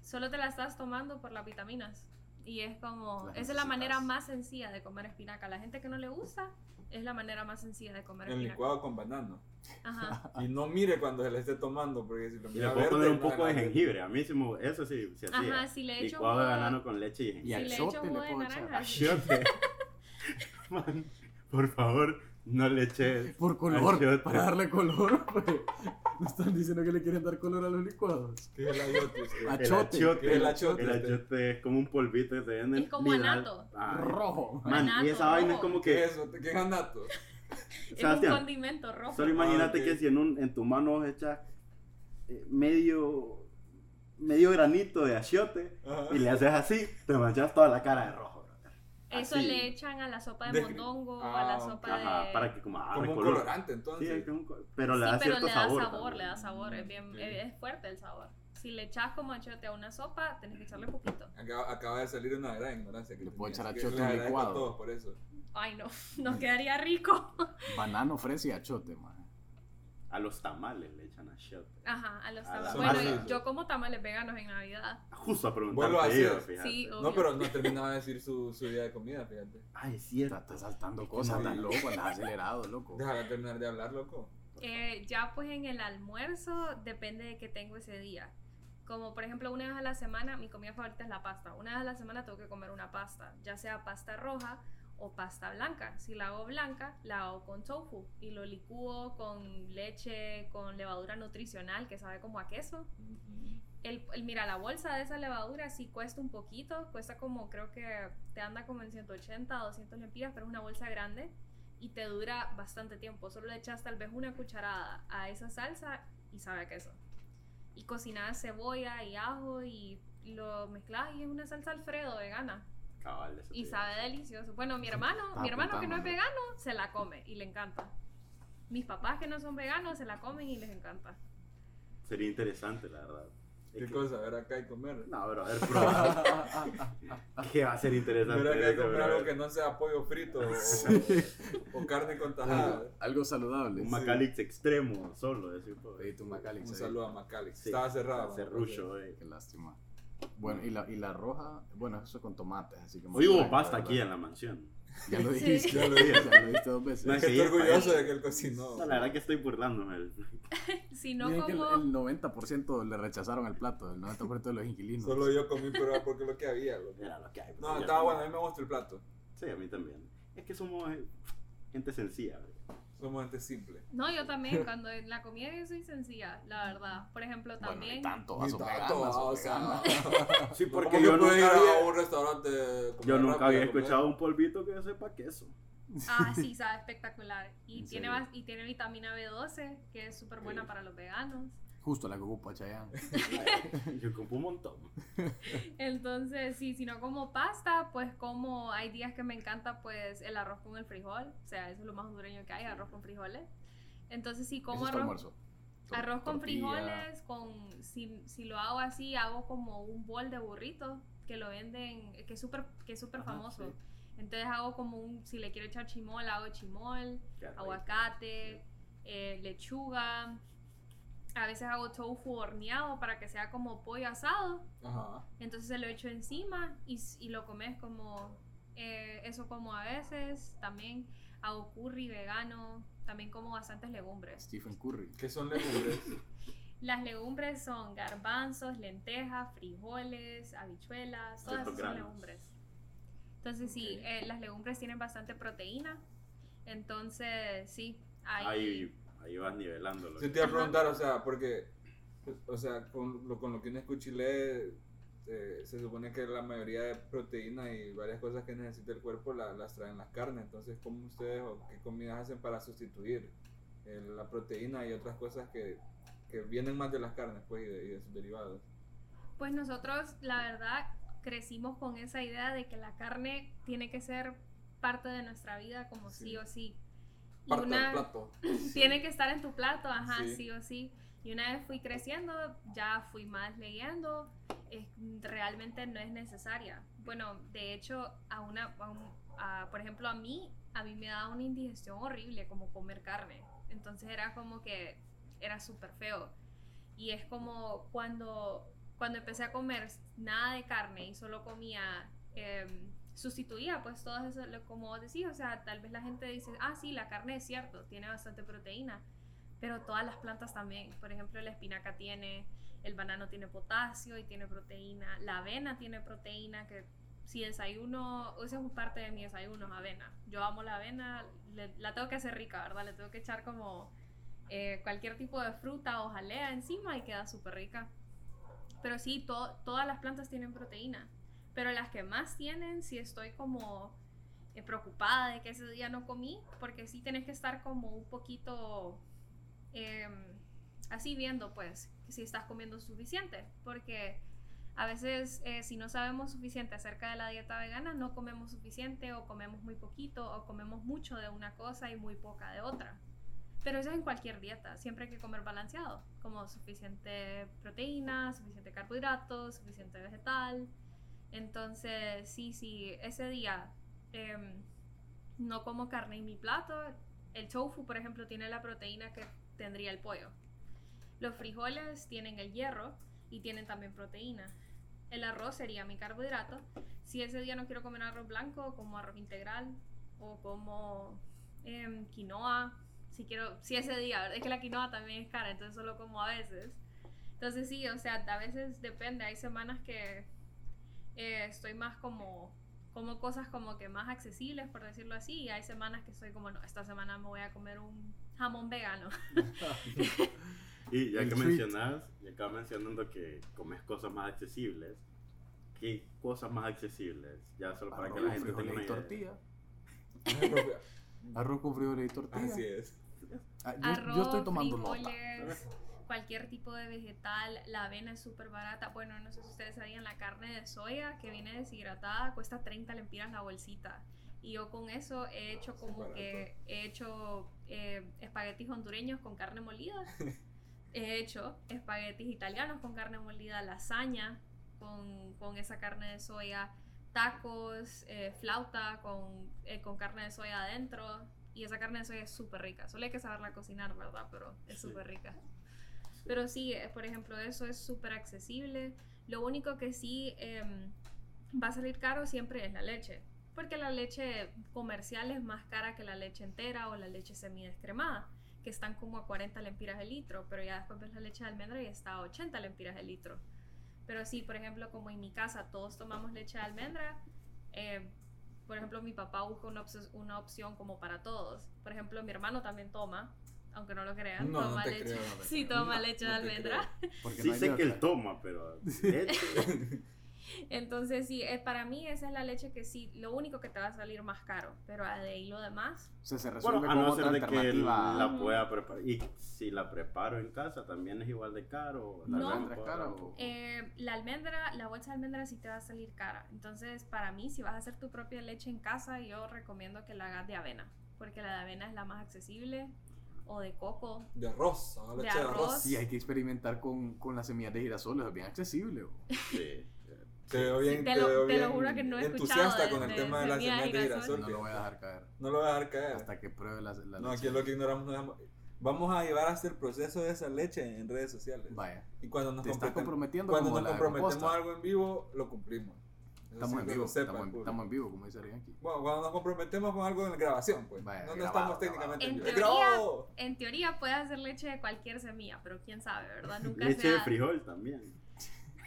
Speaker 4: Solo te la estás tomando por las vitaminas. Y es como,
Speaker 3: Las
Speaker 4: esa es la
Speaker 3: necesitas.
Speaker 4: manera más sencilla de comer espinaca. La gente que no le gusta es la manera más sencilla de comer
Speaker 2: El
Speaker 4: espinaca.
Speaker 2: licuado con banano.
Speaker 4: Ajá.
Speaker 2: *laughs* Y no mire cuando se le esté tomando, porque si lo
Speaker 1: Y
Speaker 2: mira
Speaker 1: le puedo
Speaker 2: verde,
Speaker 1: poner un
Speaker 2: no,
Speaker 1: poco de
Speaker 2: no, no.
Speaker 1: jengibre. A mí sí me, eso sí se
Speaker 4: Ajá,
Speaker 1: hacía.
Speaker 4: si le echo
Speaker 1: Licuado de
Speaker 4: jugo-
Speaker 1: banano con leche y
Speaker 3: Y
Speaker 1: jengibre.
Speaker 3: al
Speaker 4: Si le
Speaker 3: chope
Speaker 4: echo
Speaker 3: le
Speaker 4: jugo de
Speaker 3: puedo
Speaker 4: naranja.
Speaker 1: Ah,
Speaker 3: echar.
Speaker 1: Achiote. *laughs* Man, por favor, no le eches.
Speaker 5: Por
Speaker 1: Al chiote.
Speaker 5: color, para darle color, *laughs* pues. Me están diciendo que le quieren dar color a los licuados.
Speaker 2: ¿Qué es el achiote? Es que-
Speaker 5: Ah,
Speaker 1: El
Speaker 5: Achiote.
Speaker 1: achiote.
Speaker 2: El achiote.
Speaker 1: El achiote es como un polvito que te venden.
Speaker 4: Es como
Speaker 1: Lidl.
Speaker 4: anato.
Speaker 1: Ay,
Speaker 5: Rojo.
Speaker 1: Man, y esa
Speaker 4: Anato,
Speaker 1: vaina es
Speaker 4: rojo.
Speaker 1: como
Speaker 2: ¿Qué
Speaker 1: *laughs* que.
Speaker 2: es eso? ¿Qué
Speaker 1: *laughs*
Speaker 2: es anato?
Speaker 4: Es un
Speaker 1: Sebastián,
Speaker 4: condimento rojo.
Speaker 1: solo imagínate
Speaker 2: Ah, ok.
Speaker 1: que si en, un, en tu mano echas eh, medio, medio granito de achiote
Speaker 2: Ajá.
Speaker 1: y le haces así, te manchas toda la cara de rojo. brother.
Speaker 4: Eso
Speaker 1: Así.
Speaker 4: le echan a la sopa de
Speaker 2: De-
Speaker 4: mondongo, a
Speaker 2: Ah,
Speaker 4: la
Speaker 2: ok.
Speaker 4: sopa
Speaker 1: Ajá,
Speaker 4: de...
Speaker 1: para que como agarre
Speaker 2: Como un
Speaker 1: color.
Speaker 2: colorante,
Speaker 1: Sí, es
Speaker 2: entonces.
Speaker 1: que un co- pero le
Speaker 4: Pues, sí,
Speaker 1: da
Speaker 4: pero
Speaker 1: cierto
Speaker 4: le da sabor,
Speaker 1: también.
Speaker 4: le da sabor. Es, bien,
Speaker 2: Mm, ok.
Speaker 4: es fuerte el sabor. Si le echas como achiote a una sopa, tenés que echarle poquito.
Speaker 2: Acaba, acaba de salir una gran ignorancia. que
Speaker 3: Le puedo
Speaker 2: tenía, así
Speaker 3: echar
Speaker 2: que
Speaker 3: achiote
Speaker 2: les
Speaker 3: al
Speaker 2: agradezco
Speaker 3: licuado.
Speaker 2: a todos por eso.
Speaker 4: Ay, no, *laughs* no quedaría rico. *laughs*
Speaker 3: Banano, fresa y achote, man.
Speaker 1: A los tamales le echan achiote.
Speaker 4: Ajá, a los
Speaker 1: A la
Speaker 4: tamales.
Speaker 2: sopa.
Speaker 4: Bueno, yo como tamales veganos en Navidad.
Speaker 1: Justo a preguntar.
Speaker 2: Vuelvo a hacer.
Speaker 4: Sí, obvio.
Speaker 2: No, pero no terminaba de decir su, su día de comida, fíjate.
Speaker 1: Ay, es
Speaker 3: Está,
Speaker 1: cierto.
Speaker 3: está saltando cosas, estás loco, estás acelerado, loco.
Speaker 2: Déjala terminar de hablar, loco.
Speaker 4: Eh, ya pues en el almuerzo depende de qué tengo ese día. Como por ejemplo una vez a la semana, mi comida favorita es la pasta. Una vez a la semana tengo que comer una pasta, ya sea pasta roja o pasta blanca. Si la hago blanca, la hago con tofu y lo licúo con leche, con levadura nutricional que sabe como a queso. El, el- mira, la bolsa de esa levadura sí cuesta un poquito, cuesta como creo que te anda como en 180, 200 lempiras, pero es una bolsa grande y te dura bastante tiempo. Solo le echas tal vez una cucharada a esa salsa y sabe a queso. Y cocinas cebolla y ajo y lo mezclas y es una salsa Alfredo vegana
Speaker 1: Cabal, eso
Speaker 4: y
Speaker 1: te
Speaker 4: sabe
Speaker 1: iba a decir.
Speaker 4: delicioso. Bueno, mi hermano,
Speaker 3: Está
Speaker 4: mi hermano que no es
Speaker 3: apuntando.
Speaker 4: vegano, se la come y le encanta. Mis papás que no son veganos se la comen y les encanta.
Speaker 1: Sería interesante, la verdad. Es
Speaker 2: ¿Qué
Speaker 1: que-
Speaker 2: cosa? Ver acá y comer.
Speaker 1: No, bro, a ver, probar.
Speaker 2: *laughs*
Speaker 1: *laughs* ¿Qué va a ser interesante?
Speaker 2: Mira que hay que
Speaker 1: eso,
Speaker 2: comer algo
Speaker 1: brother?
Speaker 2: que no sea pollo frito o, o carne con tajada.
Speaker 3: Algo, algo saludable.
Speaker 1: Un Macalix extremo, solo. decir, pues, joder.
Speaker 3: Pedí tu Macalix
Speaker 2: Un
Speaker 3: ahí.
Speaker 2: saludo a Macali.
Speaker 1: Sí,
Speaker 2: Estaba cerrado.
Speaker 1: Hace
Speaker 2: ¿no?
Speaker 1: rucho, eh.
Speaker 3: Qué lástima. Bueno, y la, y la roja, bueno, eso es con tomates, así que...
Speaker 1: Hoy hubo
Speaker 3: bueno,
Speaker 1: pasta
Speaker 3: la
Speaker 1: aquí
Speaker 3: verdad.
Speaker 1: en la mansión.
Speaker 3: Ya lo
Speaker 4: Sí.
Speaker 3: dijiste, ya lo dijiste, ya lo dijiste dos
Speaker 1: No,
Speaker 2: Es
Speaker 1: es
Speaker 3: veces.
Speaker 2: que
Speaker 1: Sí,
Speaker 2: estoy orgulloso
Speaker 1: parece.
Speaker 2: de que él cocinó.
Speaker 1: No, la verdad que estoy burlándome. del-
Speaker 4: Si no
Speaker 3: Dicen que el,
Speaker 4: como...
Speaker 3: el 90% le rechazaron el plato, el 90% de los inquilinos.
Speaker 2: Solo yo comí, pero era porque lo que había. loco.
Speaker 1: Era lo que hay.
Speaker 2: No,
Speaker 1: Ya.
Speaker 2: estaba bueno. A mí me gusta el plato.
Speaker 1: Sí, a mí también. Es que somos eh, gente sencilla. bro.
Speaker 2: Somos gente simple.
Speaker 4: No, yo
Speaker 3: *laughs*
Speaker 4: también, cuando la comida yo soy sencilla, la verdad. Por ejemplo,
Speaker 3: Bueno,
Speaker 4: también...
Speaker 3: y tanto, vaso
Speaker 2: Ni
Speaker 3: pegando,
Speaker 2: tanto,
Speaker 3: vaso
Speaker 2: o sea,
Speaker 3: pegando.
Speaker 1: Sí,
Speaker 2: ¿Cómo
Speaker 1: porque
Speaker 2: que
Speaker 1: yo
Speaker 2: puedes
Speaker 1: nunca,
Speaker 2: ir
Speaker 1: había,
Speaker 2: a un restaurante. de comida
Speaker 1: yo nunca
Speaker 2: rápida
Speaker 1: había
Speaker 2: a comer?
Speaker 1: escuchado un polvito que sepa queso. *laughs*
Speaker 3: *laughs*
Speaker 4: Ah, sí, sabe espectacular. Y
Speaker 3: ¿En
Speaker 4: tiene,
Speaker 3: serio?
Speaker 4: vas- y tiene vitamina B12, que es súper buena para los veganos.
Speaker 3: Justo la que ocupa Chayanne.
Speaker 1: Ay, yo compré un montón.
Speaker 4: Entonces, sí, si no como pasta, pues como hay días que me encanta pues el arroz con el frijol, o sea, eso es lo más hondureño que hay, arroz con frijoles. Entonces, si como
Speaker 3: Ese es tu
Speaker 4: arroz,
Speaker 3: almuerzo. Tor-
Speaker 4: arroz con
Speaker 3: tortilla.
Speaker 4: frijoles, con si, si lo hago así, hago como un bol de burrito que lo venden, que es súper que es súper
Speaker 3: Ajá,
Speaker 4: famoso.
Speaker 3: sí.
Speaker 4: Entonces hago como un, si le quiero echar chimol, hago chimol,
Speaker 1: Qué rico.
Speaker 4: aguacate, eh, lechuga. A veces hago tofu horneado para que sea como pollo asado.
Speaker 2: Ajá.
Speaker 4: Entonces se lo echo encima y, s- y lo comes como eh, eso como a veces. También hago curry vegano, también como bastantes legumbres.
Speaker 3: Stephen Curry.
Speaker 2: ¿Qué son legumbres?
Speaker 4: Las legumbres son garbanzos, lentejas, frijoles, habichuelas, todas esas son
Speaker 1: Ciertos granos.
Speaker 4: legumbres. Entonces sí,
Speaker 2: Ok.
Speaker 4: eh, las legumbres tienen bastante proteína. Entonces sí, hay...
Speaker 1: Ahí, ahí vas nivelándolo.
Speaker 2: Sí, te iba a preguntar, o sea, porque, o sea, con lo, con lo que uno escucha y lee, eh, se supone que la mayoría de proteínas y varias cosas que necesita el cuerpo la- las traen las carnes. Entonces, ¿cómo ustedes o qué comidas hacen para sustituir eh, la proteína y otras cosas que, que vienen más de las carnes pues, y, de, y de sus derivados?
Speaker 4: Pues nosotros, la verdad, crecimos con esa idea de que la carne tiene que ser parte de nuestra vida como sí,
Speaker 2: Sí.
Speaker 4: o sí. Y
Speaker 2: Parte
Speaker 4: una-
Speaker 2: del plato.
Speaker 4: tiene que estar en tu plato, ajá,
Speaker 2: Sí.
Speaker 4: sí. o sí. Y una vez fui creciendo, ya fui más leyendo, es- realmente no es necesaria. Bueno, de hecho, a una, a un- a- por ejemplo, a mí, a mí me daba una indigestión horrible como comer carne. Entonces era como que era súper feo. Y es como cuando, cuando empecé a comer nada de carne y solo comía, em, sustituía pues todo eso, lo- como vos decís, o sea, tal vez la gente dice, ah, sí, la carne es cierto, tiene bastante proteína, pero todas las plantas también, por ejemplo, la espinaca tiene, el banano tiene potasio y tiene proteína, la avena tiene proteína, que si desayuno, esa es parte de mi desayuno, avena. Yo amo la avena, le- la tengo que hacer rica, ¿verdad? Le tengo que echar como eh, cualquier tipo de fruta o jalea encima y queda súper rica. Pero sí, to- todas las plantas tienen proteína. Pero las que más tienen, si estoy como eh, preocupada de que ese día no comí, porque sí tenés que estar como un poquito em, así viendo, pues, que si estás comiendo suficiente. Porque a veces, eh, si no sabemos suficiente acerca de la dieta vegana, no comemos suficiente o comemos muy poquito o comemos mucho de una cosa y muy poca de otra. Pero eso es en cualquier dieta, siempre hay que comer balanceado, como suficiente proteína, suficiente carbohidratos, suficiente vegetal. Entonces, sí, sí, ese día em, no como carne en mi plato. El tofu, por ejemplo, tiene la proteína que tendría el pollo. Los frijoles tienen el hierro y tienen también proteína. El arroz sería mi carbohidrato. Si ese día no quiero comer arroz blanco, como arroz integral o como em, quinoa. Si quiero, si ese día, ¿verdad? es que la quinoa también es cara, entonces solo como a veces. Entonces sí, o sea, a veces depende. Hay semanas que eh, estoy más como como cosas como que más accesibles, por decirlo así, y hay semanas que soy como, no, esta semana me voy a comer un jamón vegano.
Speaker 1: Y ya
Speaker 3: El
Speaker 1: que
Speaker 3: treat.
Speaker 1: mencionas, ya que vas mencionando que comes cosas más accesibles, ¿qué cosas más accesibles? Ya solo para que
Speaker 3: Arroz
Speaker 1: la
Speaker 3: con
Speaker 1: gente tenga
Speaker 3: frijoles
Speaker 1: una
Speaker 3: y
Speaker 1: idea.
Speaker 3: tortilla. Arroz con frijoles y tortilla.
Speaker 2: *laughs* Así es.
Speaker 3: Ah, yo,
Speaker 4: Arroz,
Speaker 3: yo estoy tomando nota.
Speaker 4: frijoles, cualquier tipo de vegetal, la avena es súper barata. Bueno, no sé si ustedes sabían, la carne de soya que viene deshidratada cuesta 30 lempiras la bolsita. Y yo con eso he
Speaker 3: Ah,
Speaker 4: hecho como
Speaker 2: barato.
Speaker 4: que he hecho eh, espaguetis hondureños con
Speaker 3: *laughs*
Speaker 4: carne molida. he hecho espaguetis italianos con carne molida, lasaña con, con esa carne de soya, tacos, eh, flauta con, eh, con carne de soya adentro. Y esa carne de soya es súper rica. Solo hay que saberla cocinar, ¿verdad? Pero es
Speaker 1: Sí.
Speaker 4: súper rica. Pero sí, eh, por ejemplo, eso es súper accesible. Lo único que sí em, va a salir caro siempre es la leche. Porque la leche comercial es más cara que la leche entera o la leche semidescremada, que están como a 40 lempiras el litro, pero ya después ves la leche de almendra y está a 80 lempiras el litro. Pero sí, por ejemplo, como en mi casa todos tomamos leche de almendra, eh, por ejemplo, mi papá busca una, obs- una opción como para todos. Por ejemplo, mi hermano también toma, aunque no lo crean,
Speaker 2: No, no
Speaker 4: toma
Speaker 2: te
Speaker 4: leche.
Speaker 2: creo, no te
Speaker 4: sí,
Speaker 2: creo.
Speaker 4: toma
Speaker 2: No,
Speaker 4: leche
Speaker 2: no
Speaker 4: de
Speaker 2: te
Speaker 4: almendra.
Speaker 3: Porque no
Speaker 1: Sí
Speaker 3: hay
Speaker 1: sé
Speaker 3: de
Speaker 1: que él
Speaker 3: otra.
Speaker 1: toma,
Speaker 3: *laughs*
Speaker 1: pero leche.
Speaker 4: Entonces, sí, eh, para mí esa es la leche que sí, lo único que te va a salir más caro, pero a de ahí lo demás.
Speaker 3: O sea, se resuelve
Speaker 1: bueno, a
Speaker 3: con
Speaker 1: no
Speaker 3: otra
Speaker 1: ser de que
Speaker 3: alternativa.
Speaker 1: la pueda preparar. Y si la preparo en casa, también es igual de caro.
Speaker 4: No.
Speaker 1: Tal vez
Speaker 3: ¿Es
Speaker 1: puedo
Speaker 3: cara
Speaker 1: ahorrar un
Speaker 3: o-
Speaker 4: *laughs*
Speaker 1: poco.
Speaker 4: Eh, la almendra, la bolsa de almendra sí te va a salir cara. Entonces, para mí, si vas a hacer tu propia leche en casa, yo recomiendo que la hagas de avena, porque la de avena es la más accesible, o de coco.
Speaker 2: De arroz, a
Speaker 4: De
Speaker 2: leche de
Speaker 4: arroz.
Speaker 2: arroz.
Speaker 3: Y hay que experimentar con, con las semillas de girasoles, es bien accesible. bo.
Speaker 1: Sí.
Speaker 2: Te veo bien,
Speaker 4: te lo-
Speaker 2: veo
Speaker 4: te lo
Speaker 2: bien
Speaker 4: juro que no he
Speaker 2: entusiasta
Speaker 4: escuchado
Speaker 2: con
Speaker 4: de-
Speaker 2: el
Speaker 4: de
Speaker 2: tema de las
Speaker 4: semillas de
Speaker 2: semillas de
Speaker 4: girasol.
Speaker 2: girasol.
Speaker 3: No lo voy a dejar caer
Speaker 2: No lo voy a dejar caer.
Speaker 3: hasta que pruebe la, la
Speaker 2: no, aquí
Speaker 3: leche.
Speaker 2: es lo que ignoramos. no dejamos- Vamos a llevar hasta el proceso de esa leche en redes sociales.
Speaker 3: Vaya,
Speaker 2: Y cuando nos
Speaker 3: te estás
Speaker 2: comprometemos-
Speaker 3: comprometiendo
Speaker 2: Cuando
Speaker 3: como
Speaker 2: nos
Speaker 3: la de
Speaker 2: comprometemos
Speaker 3: composta.
Speaker 2: a algo en vivo, lo cumplimos. Eso sí,
Speaker 3: Estamos en
Speaker 2: que
Speaker 3: vivo,
Speaker 2: lo sepa pues.
Speaker 3: estamos,
Speaker 2: el
Speaker 3: en,
Speaker 2: público.
Speaker 3: estamos en vivo, como dice alguien aquí.
Speaker 2: Bueno, cuando nos comprometemos con algo en la grabación, pues.
Speaker 3: Vaya,
Speaker 2: no no
Speaker 3: grabado,
Speaker 2: estamos técnicamente vivo.
Speaker 4: grabado. En teoría-
Speaker 2: ¡Grabado!
Speaker 4: En teoría puedes hacer leche de cualquier semilla, pero quién sabe, ¿verdad? Nunca
Speaker 1: Leche
Speaker 4: se
Speaker 1: de
Speaker 4: ha-
Speaker 1: frijol también.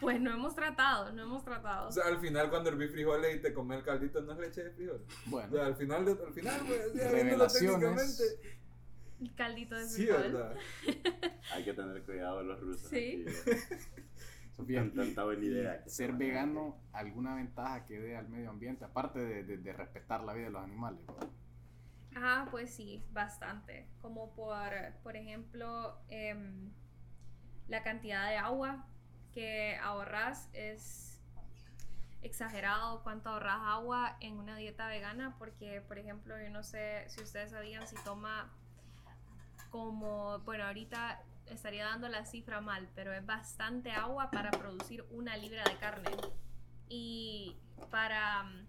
Speaker 4: Pues no hemos tratado, no hemos tratado.
Speaker 2: O sea, al final cuando herví frijoles y te comí el caldito no es leche de frijol. O
Speaker 3: Bueno,
Speaker 2: sea, al final, de- al final, pues, ya viéndolo
Speaker 3: Revelaciones.
Speaker 2: técnicamente.
Speaker 4: El caldito de
Speaker 2: Sí,
Speaker 4: frijol.
Speaker 2: ¿verdad?
Speaker 1: Hay que tener cuidado de los rusos.
Speaker 4: Sí.
Speaker 1: aquí.
Speaker 3: Sofía,
Speaker 1: Tienen tanta buena idea. que
Speaker 3: ser
Speaker 1: toman.
Speaker 3: vegano, ¿alguna ventaja que dé al medio ambiente? Aparte de, de- de respetar la vida de los animales. bo.
Speaker 4: Ah, pues sí, bastante. Como por, por ejemplo, em, la cantidad de agua que ahorras es exagerado cuánto ahorras agua en una dieta vegana porque, por ejemplo, yo no sé si ustedes sabían si toma como, bueno, ahorita estaría dando la cifra mal, pero es bastante agua para producir una libra de carne. Y para, mm,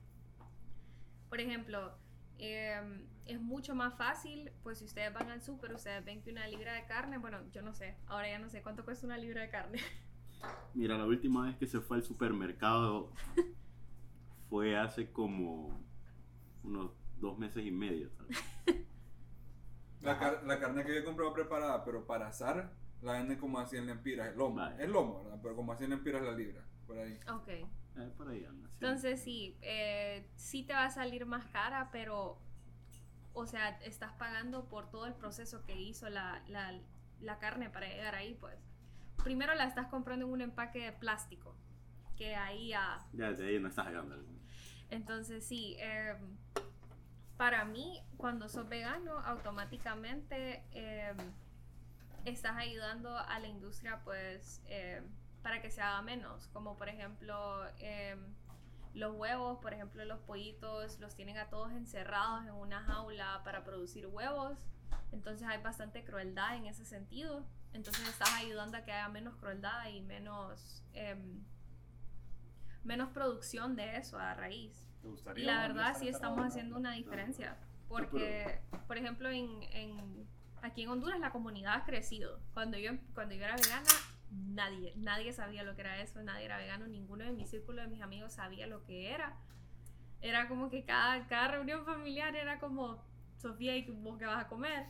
Speaker 4: por ejemplo, eh, es mucho más fácil, pues si ustedes van al súper, ustedes ven que una libra de carne, bueno, yo no sé, ahora ya no sé cuánto cuesta una libra de carne.
Speaker 1: Mira, la última vez que se fue al supermercado fue hace como unos dos meses y medio. tal vez.
Speaker 2: La, car- la carne que yo he comprado preparada, pero para asar, la venden como a 100 lempiras, el lomo.
Speaker 1: Vale.
Speaker 2: El lomo, ¿verdad? Pero como a 100 lempiras la libra, por ahí.
Speaker 4: Ok.
Speaker 1: Eh, por ahí anda, sí.
Speaker 4: Entonces sí, eh, sí te va a salir más cara, pero, o sea, estás pagando por todo el proceso que hizo la, la- la carne para llegar ahí, pues. Primero la estás comprando en un empaque de plástico, que ahí a...
Speaker 1: Ya desde ahí no estás llegando.
Speaker 4: Entonces sí, em, para mí cuando sos vegano automáticamente em, estás ayudando a la industria pues em, para que se haga menos, como por ejemplo em, los huevos, por ejemplo los pollitos los tienen a todos encerrados en una jaula para producir huevos, entonces hay bastante crueldad en ese sentido, entonces estás ayudando a que haya menos crueldad y menos... em, menos producción de eso a raíz.
Speaker 5: ¿Te
Speaker 4: Y
Speaker 5: gustaría?
Speaker 4: la verdad sí estamos haciendo una diferencia. Porque, por ejemplo, en, en- aquí en Honduras la comunidad ha crecido. Cuando yo, cuando yo era vegana, nadie, nadie sabía lo que era eso, nadie era vegano, ninguno de mi círculo de mis amigos sabía lo que era. Era como que cada, cada reunión familiar era como, Sofía, ¿y vos qué vas a
Speaker 5: *laughs*
Speaker 4: comer?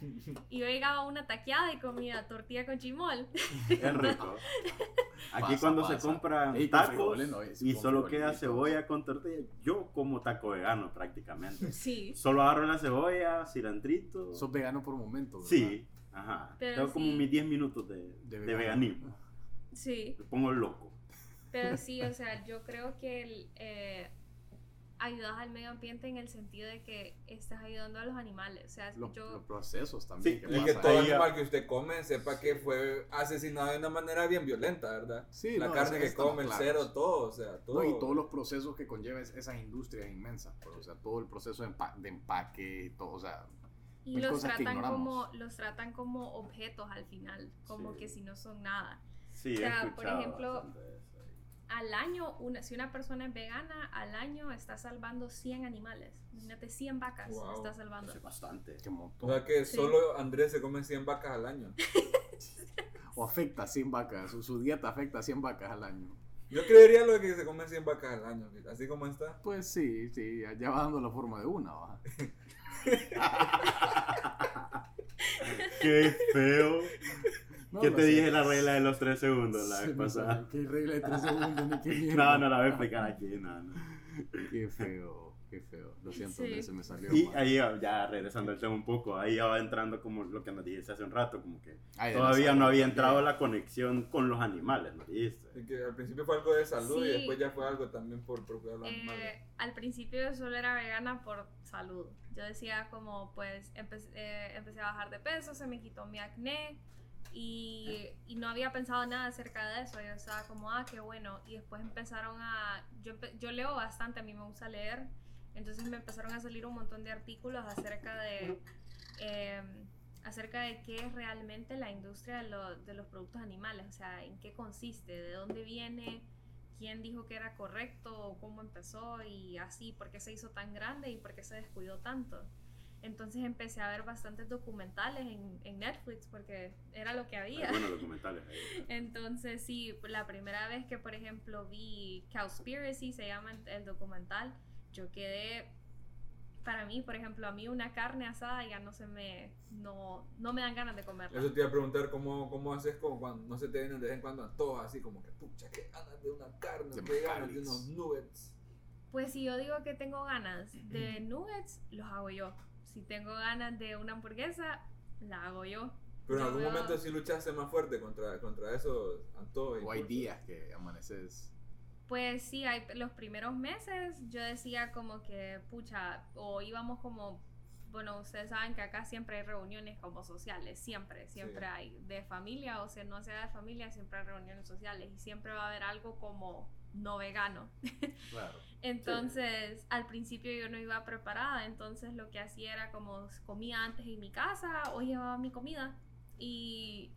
Speaker 4: Y yo llegaba a una taqueada y comía tortilla con chimol.
Speaker 1: Es *laughs* rico. Aquí
Speaker 3: Pasa,
Speaker 1: cuando
Speaker 3: pasa.
Speaker 1: se compran
Speaker 3: Ey, con
Speaker 1: tacos
Speaker 3: frijoles, no, ey, sí,
Speaker 1: y
Speaker 3: con
Speaker 1: solo queda
Speaker 3: frijolitos.
Speaker 1: cebolla con tortilla, yo como taco vegano prácticamente.
Speaker 4: Sí.
Speaker 1: Solo agarro la cebolla, cilantrito.
Speaker 3: Sos vegano por momentos, ¿verdad?
Speaker 1: Sí, ajá.
Speaker 4: Pero
Speaker 1: Tengo como
Speaker 4: sí.
Speaker 1: mis 10 minutos de,
Speaker 3: De
Speaker 1: de
Speaker 3: vegano.
Speaker 1: veganismo.
Speaker 4: *laughs* Sí.
Speaker 1: Me pongo loco.
Speaker 3: *laughs*
Speaker 4: Pero sí, o sea, yo creo que el, eh, ayudas al medio ambiente en el sentido de que estás ayudando a los animales. O sea,
Speaker 3: Los,
Speaker 4: yo.
Speaker 3: los procesos
Speaker 1: Sí,
Speaker 3: también. que
Speaker 2: Y que
Speaker 3: pasan.
Speaker 2: todo
Speaker 1: Ahí ya-
Speaker 2: animal que usted come sepa que fue asesinado de una manera bien violenta, ¿verdad?
Speaker 3: Sí,
Speaker 2: la
Speaker 3: no,
Speaker 2: carne
Speaker 3: eso
Speaker 2: que
Speaker 3: estamos
Speaker 2: come, el
Speaker 3: claros.
Speaker 2: cero, todo, o sea, todo.
Speaker 3: No, y todos los procesos que conlleva es- esas industrias inmensas. pues, o sea, todo el proceso de, empa- de empaque, y todo. O sea,
Speaker 4: Y
Speaker 3: Hay
Speaker 4: los
Speaker 3: pues, cosas que
Speaker 4: tratan, como,
Speaker 3: ignoramos.
Speaker 4: los tratan como objetos al final, como
Speaker 1: Sí.
Speaker 4: que si no son nada.
Speaker 1: Sí,
Speaker 4: O sea,
Speaker 1: he
Speaker 4: por
Speaker 1: escuchado
Speaker 4: ejemplo,
Speaker 1: bastante de eso ahí.
Speaker 4: Al año, una, si una persona es vegana, al año está salvando 100 animales. Imagínate, 100 vacas
Speaker 2: Wow.
Speaker 4: está salvando.
Speaker 1: Eso es bastante.
Speaker 3: qué
Speaker 2: O
Speaker 3: montón.
Speaker 2: sea que
Speaker 4: Sí.
Speaker 2: solo Andrés se come 100 vacas al año.
Speaker 3: O afecta a 100 vacas. Su, su dieta afecta a 100 vacas al año.
Speaker 2: Yo creería lo de que se come 100 vacas al año, mira, así como está.
Speaker 3: Pues sí, sí, ya- ya va dando la forma de una,
Speaker 1: *laughs*
Speaker 3: va.
Speaker 1: Qué feo.
Speaker 3: No,
Speaker 1: ¿Qué
Speaker 3: no
Speaker 1: te
Speaker 3: sé.
Speaker 1: dije la regla de los 3 segundos la
Speaker 3: Sí,
Speaker 1: vez
Speaker 3: no sé,
Speaker 1: pasada?
Speaker 3: Qué regla de 3 segundos, ni qué *laughs* mierda.
Speaker 1: *laughs* No, no la voy a explicar aquí, no, no.
Speaker 3: Qué feo, qué feo. Lo siento,
Speaker 4: Sí.
Speaker 3: se me salió.
Speaker 1: Y
Speaker 3: mal.
Speaker 1: ahí ya- ya regresando al tema un poco, ahí ya va entrando como lo que nos dijiste hace un rato, como que
Speaker 3: Ay, de la
Speaker 1: todavía
Speaker 3: salud
Speaker 1: no había
Speaker 3: también.
Speaker 1: entrado la conexión con los animales, nos dijiste.
Speaker 2: Así que al principio fue algo de salud y
Speaker 4: Sí.
Speaker 2: después ya fue algo también por, por cuidar a los animales.
Speaker 4: Eh, al principio yo solo era vegana por salud. Yo decía como pues empe- eh, empecé a bajar de peso, se me quitó mi acné y, y no había pensado nada acerca de eso. Yo estaba como, ah, qué bueno. Y después empezaron a... Yo, empe- yo leo bastante, a mí me gusta leer. Entonces me empezaron a salir un montón de artículos acerca de... em, acerca de qué es realmente la industria de, lo- de los productos animales, o sea, en qué consiste, de dónde viene, quién dijo que era correcto, o cómo empezó y así, por qué se hizo tan grande y por qué se descuidó tanto. Entonces empecé a ver bastantes documentales en, en Netflix porque era lo que había.
Speaker 1: Bueno, documentales. ahí.
Speaker 4: Entonces, sí, la primera vez que, por ejemplo, vi Cowspiracy, se llama el- el documental, yo quedé. Para mí, por ejemplo, a mí una carne asada ya no se me. No, no me dan ganas de comerla.
Speaker 2: Eso te iba a preguntar cómo, cómo haces como cuando no se te vienen de vez en cuando antojos así como que pucha, que ganas de una carne,
Speaker 3: De
Speaker 2: que ganas de
Speaker 3: macalis.
Speaker 2: unos nuggets.
Speaker 4: Pues si yo digo que tengo ganas de nuggets, los hago yo. Si tengo ganas de una hamburguesa, la hago yo.
Speaker 2: Pero en
Speaker 4: Yo
Speaker 2: algún
Speaker 4: veo-
Speaker 2: momento sí luchaste más fuerte contra, contra esos antojos.
Speaker 3: O hay
Speaker 2: impulsos.
Speaker 3: días que amaneces.
Speaker 4: Pues sí, hay, los primeros meses yo decía como que, pucha, o íbamos como, bueno, ustedes saben que acá siempre hay reuniones como sociales, siempre,
Speaker 2: Sí.
Speaker 4: siempre hay, de familia o sea, no sea de familia, siempre hay reuniones sociales y siempre va a haber algo como no vegano.
Speaker 3: Claro.
Speaker 4: Entonces, al principio yo no iba preparada, entonces lo que hacía era como comía antes en mi casa o llevaba mi comida y,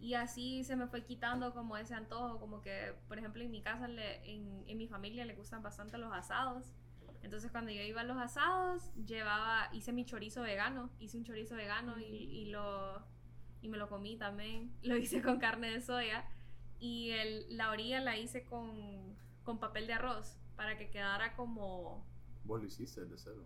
Speaker 4: y así se me fue quitando como ese antojo, como que, por ejemplo, en mi casa, le- en, en mi familia le gustan bastante los asados. Entonces cuando yo iba a los asados, llevaba, hice mi chorizo vegano, hice un chorizo vegano y, y lo, y me lo comí también, *laughs* lo hice con carne de soya y el, la orilla la hice con, con papel de arroz para que quedara como...
Speaker 3: Vos lo hiciste de cero.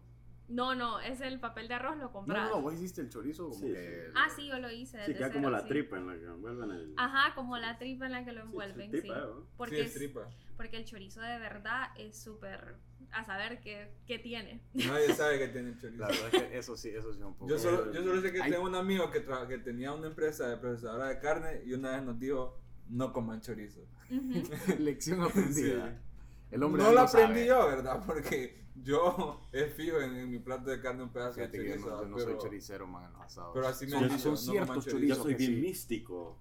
Speaker 4: No, no, es el papel de arroz lo
Speaker 3: No,
Speaker 4: compraba.
Speaker 3: no, no, vos hiciste el chorizo como
Speaker 1: Sí,
Speaker 3: que.
Speaker 1: sí.
Speaker 4: Ah, sí, yo lo
Speaker 1: Sí,
Speaker 4: hice. *laughs* desde
Speaker 1: queda
Speaker 4: cero,
Speaker 1: como la
Speaker 4: sí.
Speaker 1: tripa en la que envuelven el.
Speaker 4: Ajá, como la tripa en la que lo
Speaker 1: Sí,
Speaker 4: envuelven, sí.
Speaker 1: tripa, eh, ¿no?
Speaker 4: Porque,
Speaker 2: sí,
Speaker 4: es-
Speaker 2: es tripa.
Speaker 4: porque el chorizo de verdad es súper... A saber qué, qué tiene.
Speaker 2: Nadie sabe que tiene chorizo.
Speaker 3: La verdad es que eso sí, eso sí un poco.
Speaker 2: Yo solo, yo solo sé que
Speaker 3: Ay.
Speaker 2: tengo un amigo que, tra- que tenía una empresa de procesadora de carne y una vez nos dijo, no coman chorizo.
Speaker 3: *laughs*
Speaker 4: Ujú.
Speaker 3: Lección aprendida. El hombre
Speaker 2: no
Speaker 3: algo
Speaker 2: lo aprendí
Speaker 3: sabe.
Speaker 2: yo, ¿verdad? *laughs* Porque yo es fijo en, en mi plato de carne un pedazo
Speaker 3: Fíjate
Speaker 2: de
Speaker 3: que yo
Speaker 2: chorizo.
Speaker 3: no, yo no
Speaker 2: pero,
Speaker 3: soy choricero, man, en los asados.
Speaker 2: pero así me
Speaker 3: son,
Speaker 2: han dicho,
Speaker 3: son
Speaker 2: no coman
Speaker 3: ciertos
Speaker 2: chorizo.
Speaker 1: Yo
Speaker 3: chorizos.
Speaker 1: soy
Speaker 3: que
Speaker 1: bien
Speaker 3: sí.
Speaker 1: místico.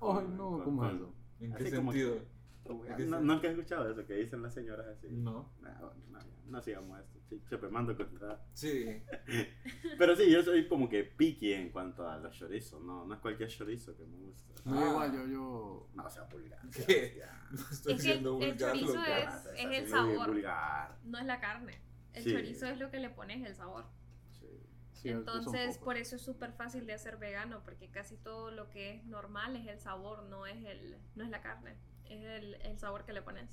Speaker 3: Ay, no, ¿cómo es eso?
Speaker 2: ¿En qué
Speaker 1: Así como-
Speaker 2: sentido? que
Speaker 1: No,
Speaker 2: sí.
Speaker 1: nunca he escuchado eso que dicen las señoras así.
Speaker 3: Mm.
Speaker 2: No.
Speaker 1: No, no, no sigamos esto. Sí, se me mando contra.
Speaker 2: Sí. *laughs*
Speaker 1: Pero sí, yo soy como que picky en cuanto a los chorizos, no, no es cualquier chorizo que me gusta.
Speaker 3: No,
Speaker 2: Ah.
Speaker 3: igual, yo, yo.
Speaker 1: No, o sea, vulgar.
Speaker 2: ¿Qué?
Speaker 1: Ya,
Speaker 2: Estoy
Speaker 4: Es que
Speaker 2: siendo
Speaker 4: el- el
Speaker 2: vulgar.
Speaker 4: chorizo
Speaker 2: loco. *laughs*
Speaker 4: es-
Speaker 1: ya,
Speaker 4: es el
Speaker 1: sí,
Speaker 4: sabor.
Speaker 1: Vulgar.
Speaker 4: *laughs* No es la carne. El
Speaker 1: Sí.
Speaker 4: chorizo es lo que le pones el sabor.
Speaker 1: Sí.
Speaker 3: sí, yo- yo soy un
Speaker 4: Entonces,
Speaker 3: poco.
Speaker 4: por eso es súper fácil de hacer vegano, porque casi todo lo que es normal es el sabor, no es, el, no es la carne, es el, el sabor que le pones.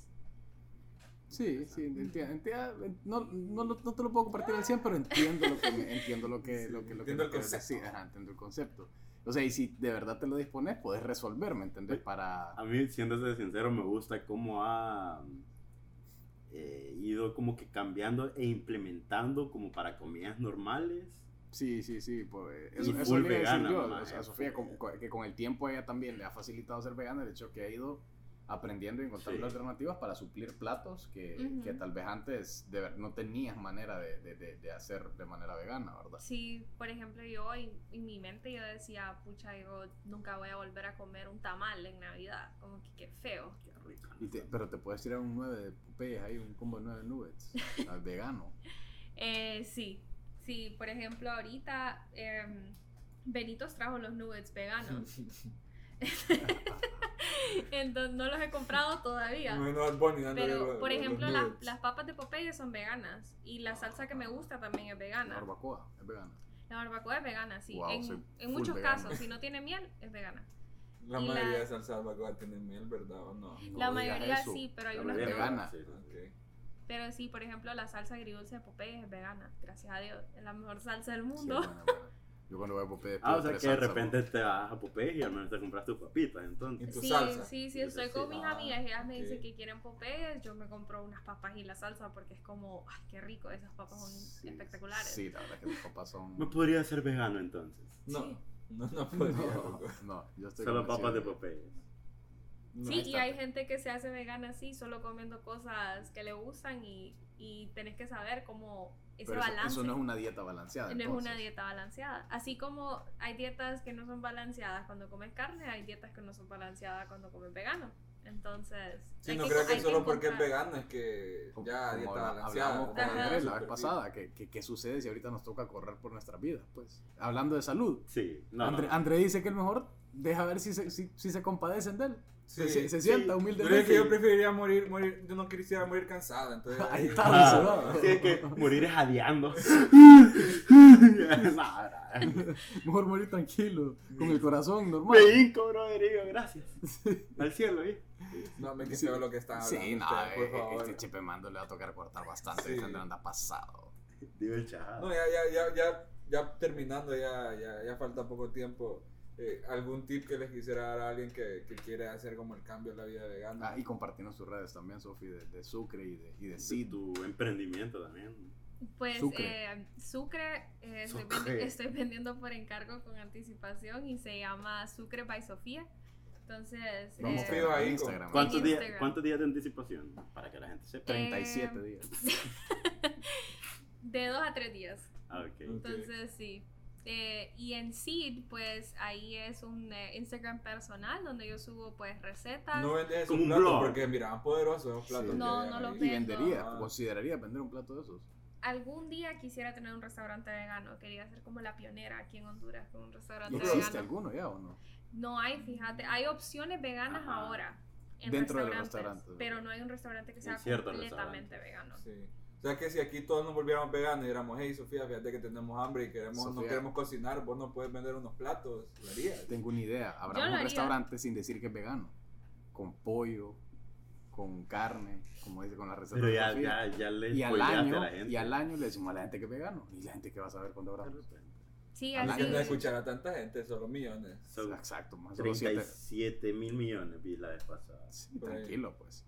Speaker 3: Sí, sí, entiendo. no, no, lo- no te lo puedo compartir al 100, pero entiendo lo que, me- entiendo lo que,
Speaker 2: Sí,
Speaker 3: lo que, lo que
Speaker 2: entiendo
Speaker 3: me
Speaker 2: el
Speaker 3: quieres
Speaker 2: concepto.
Speaker 3: decir. Ajá, entiendo el concepto. O sea, y si de verdad te lo dispones, puedes resolver, ¿me entendés?
Speaker 1: Sí.
Speaker 3: Para...
Speaker 1: A mí, siéndose sincero, me gusta cómo ha eh, ido como que cambiando e implementando como para comidas normales.
Speaker 3: Sí, sí, sí. Pues,
Speaker 1: Y
Speaker 3: eso eso
Speaker 1: full
Speaker 3: le iba a decir
Speaker 1: vegana,
Speaker 3: yo,
Speaker 1: mamá,
Speaker 3: o sea,
Speaker 1: eh,
Speaker 3: a Sofía,
Speaker 1: full-
Speaker 3: con- con- que con el tiempo a ella también le ha facilitado ser vegana, el hecho que ha ido aprendiendo y encontrando
Speaker 1: Sí.
Speaker 3: alternativas para suplir platos que,
Speaker 4: Ujú.
Speaker 3: que tal vez antes de ver- no tenías manera de, de- de- de hacer de manera vegana, ¿verdad?
Speaker 4: Sí, por ejemplo, yo en, en mi mente yo decía, pucha, yo nunca voy a volver a comer un tamal en Navidad. Como que qué feo.
Speaker 1: Qué rico.
Speaker 3: Y te- pero te puedes tirar un 9 de Popeyes ahí, un combo de 9 nuggets,
Speaker 4: *laughs*
Speaker 3: al vegano.
Speaker 4: Eh, sí, sí, por ejemplo, ahorita em, Benitos trajo los nuggets veganos. *laughs* Entonces no los he comprado todavía.
Speaker 2: Bueno, Bad Bunny dándole
Speaker 4: Pero,
Speaker 2: lo-
Speaker 4: por
Speaker 2: lo-
Speaker 4: ejemplo,
Speaker 2: los
Speaker 4: las,
Speaker 2: nuggets.
Speaker 4: las papas de Popeye son veganas y la salsa que me gusta también es
Speaker 3: La
Speaker 4: vegana.
Speaker 3: barbacoa, es vegana.
Speaker 4: La barbacoa es vegana, sí.
Speaker 3: Wow, soy
Speaker 4: en en
Speaker 3: full
Speaker 4: muchos
Speaker 3: vegano.
Speaker 4: casos, si no tiene miel, es vegana.
Speaker 2: La
Speaker 4: y
Speaker 2: mayoría
Speaker 4: la-
Speaker 2: de salsa de barbacoa tiene miel, ¿verdad o no?
Speaker 3: No
Speaker 4: la
Speaker 3: digas
Speaker 4: mayoría
Speaker 3: eso.
Speaker 4: sí, pero hay
Speaker 3: La
Speaker 4: unas
Speaker 3: mayoría
Speaker 4: que no.
Speaker 3: vegana.
Speaker 1: Sí, sí, sí.
Speaker 2: Ok.
Speaker 4: Pero sí, por ejemplo, la salsa agridulce de Popeye es vegana. Gracias a Dios, es la mejor salsa del
Speaker 3: Sí,
Speaker 4: *laughs* mundo.
Speaker 3: buena, buena. Yo cuando voy a Popeyes
Speaker 1: Ah,
Speaker 3: pido
Speaker 1: o sea
Speaker 3: tres
Speaker 1: que de
Speaker 3: salsas,
Speaker 1: repente te vas a Popeye y al menos te compras tus papitas, entonces.
Speaker 2: Y tu
Speaker 4: Sí,
Speaker 2: salsa.
Speaker 4: sí, sí,
Speaker 1: Yo
Speaker 4: estoy
Speaker 1: sé,
Speaker 4: con
Speaker 1: sí.
Speaker 4: mis
Speaker 2: Ah,
Speaker 4: amigas y ellas me dicen
Speaker 2: ok.
Speaker 4: que quieren Popeye, yo me compro unas papas y la salsa porque es como, ay, qué rico, esas papas son
Speaker 3: Sí,
Speaker 4: espectaculares.
Speaker 3: Sí, la verdad es que mis papás son...
Speaker 1: No podría ser vegano entonces.
Speaker 2: No,
Speaker 4: Sí.
Speaker 2: no, no podría.
Speaker 3: *laughs* No,
Speaker 2: loco.
Speaker 3: no, yo estoy
Speaker 1: Solo
Speaker 3: convencido
Speaker 1: papas de
Speaker 3: que-
Speaker 1: Popeye.
Speaker 2: No,
Speaker 4: Sí,
Speaker 3: ahí
Speaker 4: y
Speaker 3: está.
Speaker 4: hay gente que se hace vegana así, solo comiendo cosas que le gustan y, y tenés que saber cómo ese
Speaker 3: Pero eso-
Speaker 4: balance.
Speaker 3: Eso, no es una dieta
Speaker 2: Ah,
Speaker 3: balanceada.
Speaker 4: No es
Speaker 3: entonces.
Speaker 4: una dieta balanceada. Así como hay dietas que no son balanceadas cuando comes carne, hay dietas que no son balanceadas cuando comes vegano. Entonces,
Speaker 2: Sí,
Speaker 4: hay
Speaker 2: no
Speaker 4: que-
Speaker 2: creo
Speaker 4: hay
Speaker 2: que solo porque es
Speaker 4: encontrar-
Speaker 2: vegano es que
Speaker 3: Como-
Speaker 2: ya
Speaker 3: como
Speaker 2: dieta
Speaker 3: habla-
Speaker 2: balanceada.
Speaker 3: Hablábamos con
Speaker 4: Ajá.
Speaker 3: Andrés la vez
Speaker 2: Superfit.
Speaker 3: pasada, que, que- que sucede si ahorita nos toca correr por nuestras vidas, pues. Hablando de salud,
Speaker 1: Sí, no.
Speaker 3: André,
Speaker 1: no.
Speaker 3: André dice que el mejor deja ver si se, si, si se compadecen de él.
Speaker 2: Sí,
Speaker 3: se, se- se
Speaker 1: sí.
Speaker 3: sienta
Speaker 2: Pero es que
Speaker 3: humildemente.
Speaker 2: yo preferiría morir, morir, yo no quisiera morir cansada, entonces...
Speaker 3: *laughs* Ahí
Speaker 1: Ah,
Speaker 3: está, dice,
Speaker 1: sí,
Speaker 3: no.
Speaker 1: es que morir es
Speaker 3: *laughs*
Speaker 1: jadeando.
Speaker 3: *laughs* Mejor morir tranquilo, con el corazón normal.
Speaker 1: Me hinco, brother, y digo, gracias. *laughs* Al cielo, ¿eh?
Speaker 2: No, me
Speaker 3: Sí.
Speaker 2: quise ver lo que están hablando
Speaker 3: Sí, no,
Speaker 2: ustedes, por
Speaker 3: eh,
Speaker 2: favor.
Speaker 3: este Chepe Mando le va a tocar cortar bastante,
Speaker 2: Sí.
Speaker 3: este André anda pasado.
Speaker 1: Digo el chaval.
Speaker 2: No, ya, ya, ya, ya, ya terminando, ya, ya, ya falta poco tiempo. Eh, ¿Algún tip que les quisiera dar a alguien que, que quiere hacer como el cambio en la vida vegana?
Speaker 3: Ah, y compartirnos sus redes también, Sofi, de, de Sucre y de, y de
Speaker 1: Sí,
Speaker 3: Sid.
Speaker 1: tu emprendimiento también.
Speaker 4: Pues
Speaker 3: Sucre.
Speaker 4: eh, Sucre, eh, estoy,
Speaker 1: Sucre.
Speaker 4: vendi- estoy vendiendo por encargo con anticipación y se llama Sucre by Sofía. Entonces,
Speaker 2: Vamos,
Speaker 4: eh,
Speaker 2: Fido, ahí,
Speaker 3: Este, Instagram.
Speaker 1: ¿Cuántos
Speaker 4: En
Speaker 1: días,
Speaker 4: Instagram.
Speaker 1: ¿Cuántos días de anticipación? Para que la gente sepa.
Speaker 3: 37
Speaker 4: Eh,
Speaker 3: días.
Speaker 4: de dos a tres días.
Speaker 1: Ah, ok.
Speaker 2: Mm.
Speaker 4: Entonces, sí. Eh, y en Seed, pues ahí es un eh, Instagram personal donde yo subo pues recetas.
Speaker 2: No vendes esos
Speaker 1: Como un
Speaker 2: platos
Speaker 1: blog.
Speaker 2: porque miraban poderosos esos platos.
Speaker 3: Sí.
Speaker 2: que
Speaker 4: No,
Speaker 2: habían
Speaker 4: no lo
Speaker 2: ahí.
Speaker 3: Y
Speaker 4: vendo.
Speaker 3: vendería,
Speaker 2: Ah.
Speaker 3: consideraría vender un plato de esos.
Speaker 4: Algún día quisiera tener un restaurante vegano. Quería ser como la pionera aquí en Honduras con un
Speaker 3: ¿Y
Speaker 4: restaurante
Speaker 3: existe
Speaker 4: vegano.
Speaker 3: alguno ya o no?
Speaker 4: No hay, fíjate, hay opciones veganas
Speaker 1: Ajá.
Speaker 4: ahora. En
Speaker 3: Dentro de los
Speaker 4: restaurantes,
Speaker 3: restaurantes.
Speaker 4: Pero no hay un restaurante que
Speaker 1: En
Speaker 4: sea
Speaker 1: ciertos
Speaker 4: completamente vegano.
Speaker 2: Sí. O sea que si aquí todos nos volviéramos veganos y diéramos, hey Sofía, fíjate que tenemos hambre y queremos, no
Speaker 3: Sofía.
Speaker 2: queremos cocinar, vos no puedes vender unos platos, lo harías.
Speaker 3: Tengo una idea.
Speaker 4: Yo lo
Speaker 3: Habrá un
Speaker 4: haría.
Speaker 3: restaurante sin decir que es vegano. Con pollo, con carne, como dice con la receta.
Speaker 1: Pero
Speaker 3: de
Speaker 1: ya,
Speaker 3: Sofía.
Speaker 1: ya, ya le
Speaker 3: y al
Speaker 1: spoileaste
Speaker 3: año,
Speaker 1: a la gente.
Speaker 3: y al año le decimos a la gente que es vegano. Y la gente que va a saber cuándo habrá.
Speaker 1: De repente.
Speaker 4: Sí,
Speaker 3: Al
Speaker 4: así
Speaker 2: que
Speaker 3: año.
Speaker 2: Ah, no
Speaker 4: es.
Speaker 2: escuchar a tanta gente, solo millones.
Speaker 1: Son
Speaker 3: Exacto, más solo siete.
Speaker 1: 37 mil millones vi la vez pasada.
Speaker 3: Sí,
Speaker 2: Por ahí.
Speaker 3: tranquilo, pues.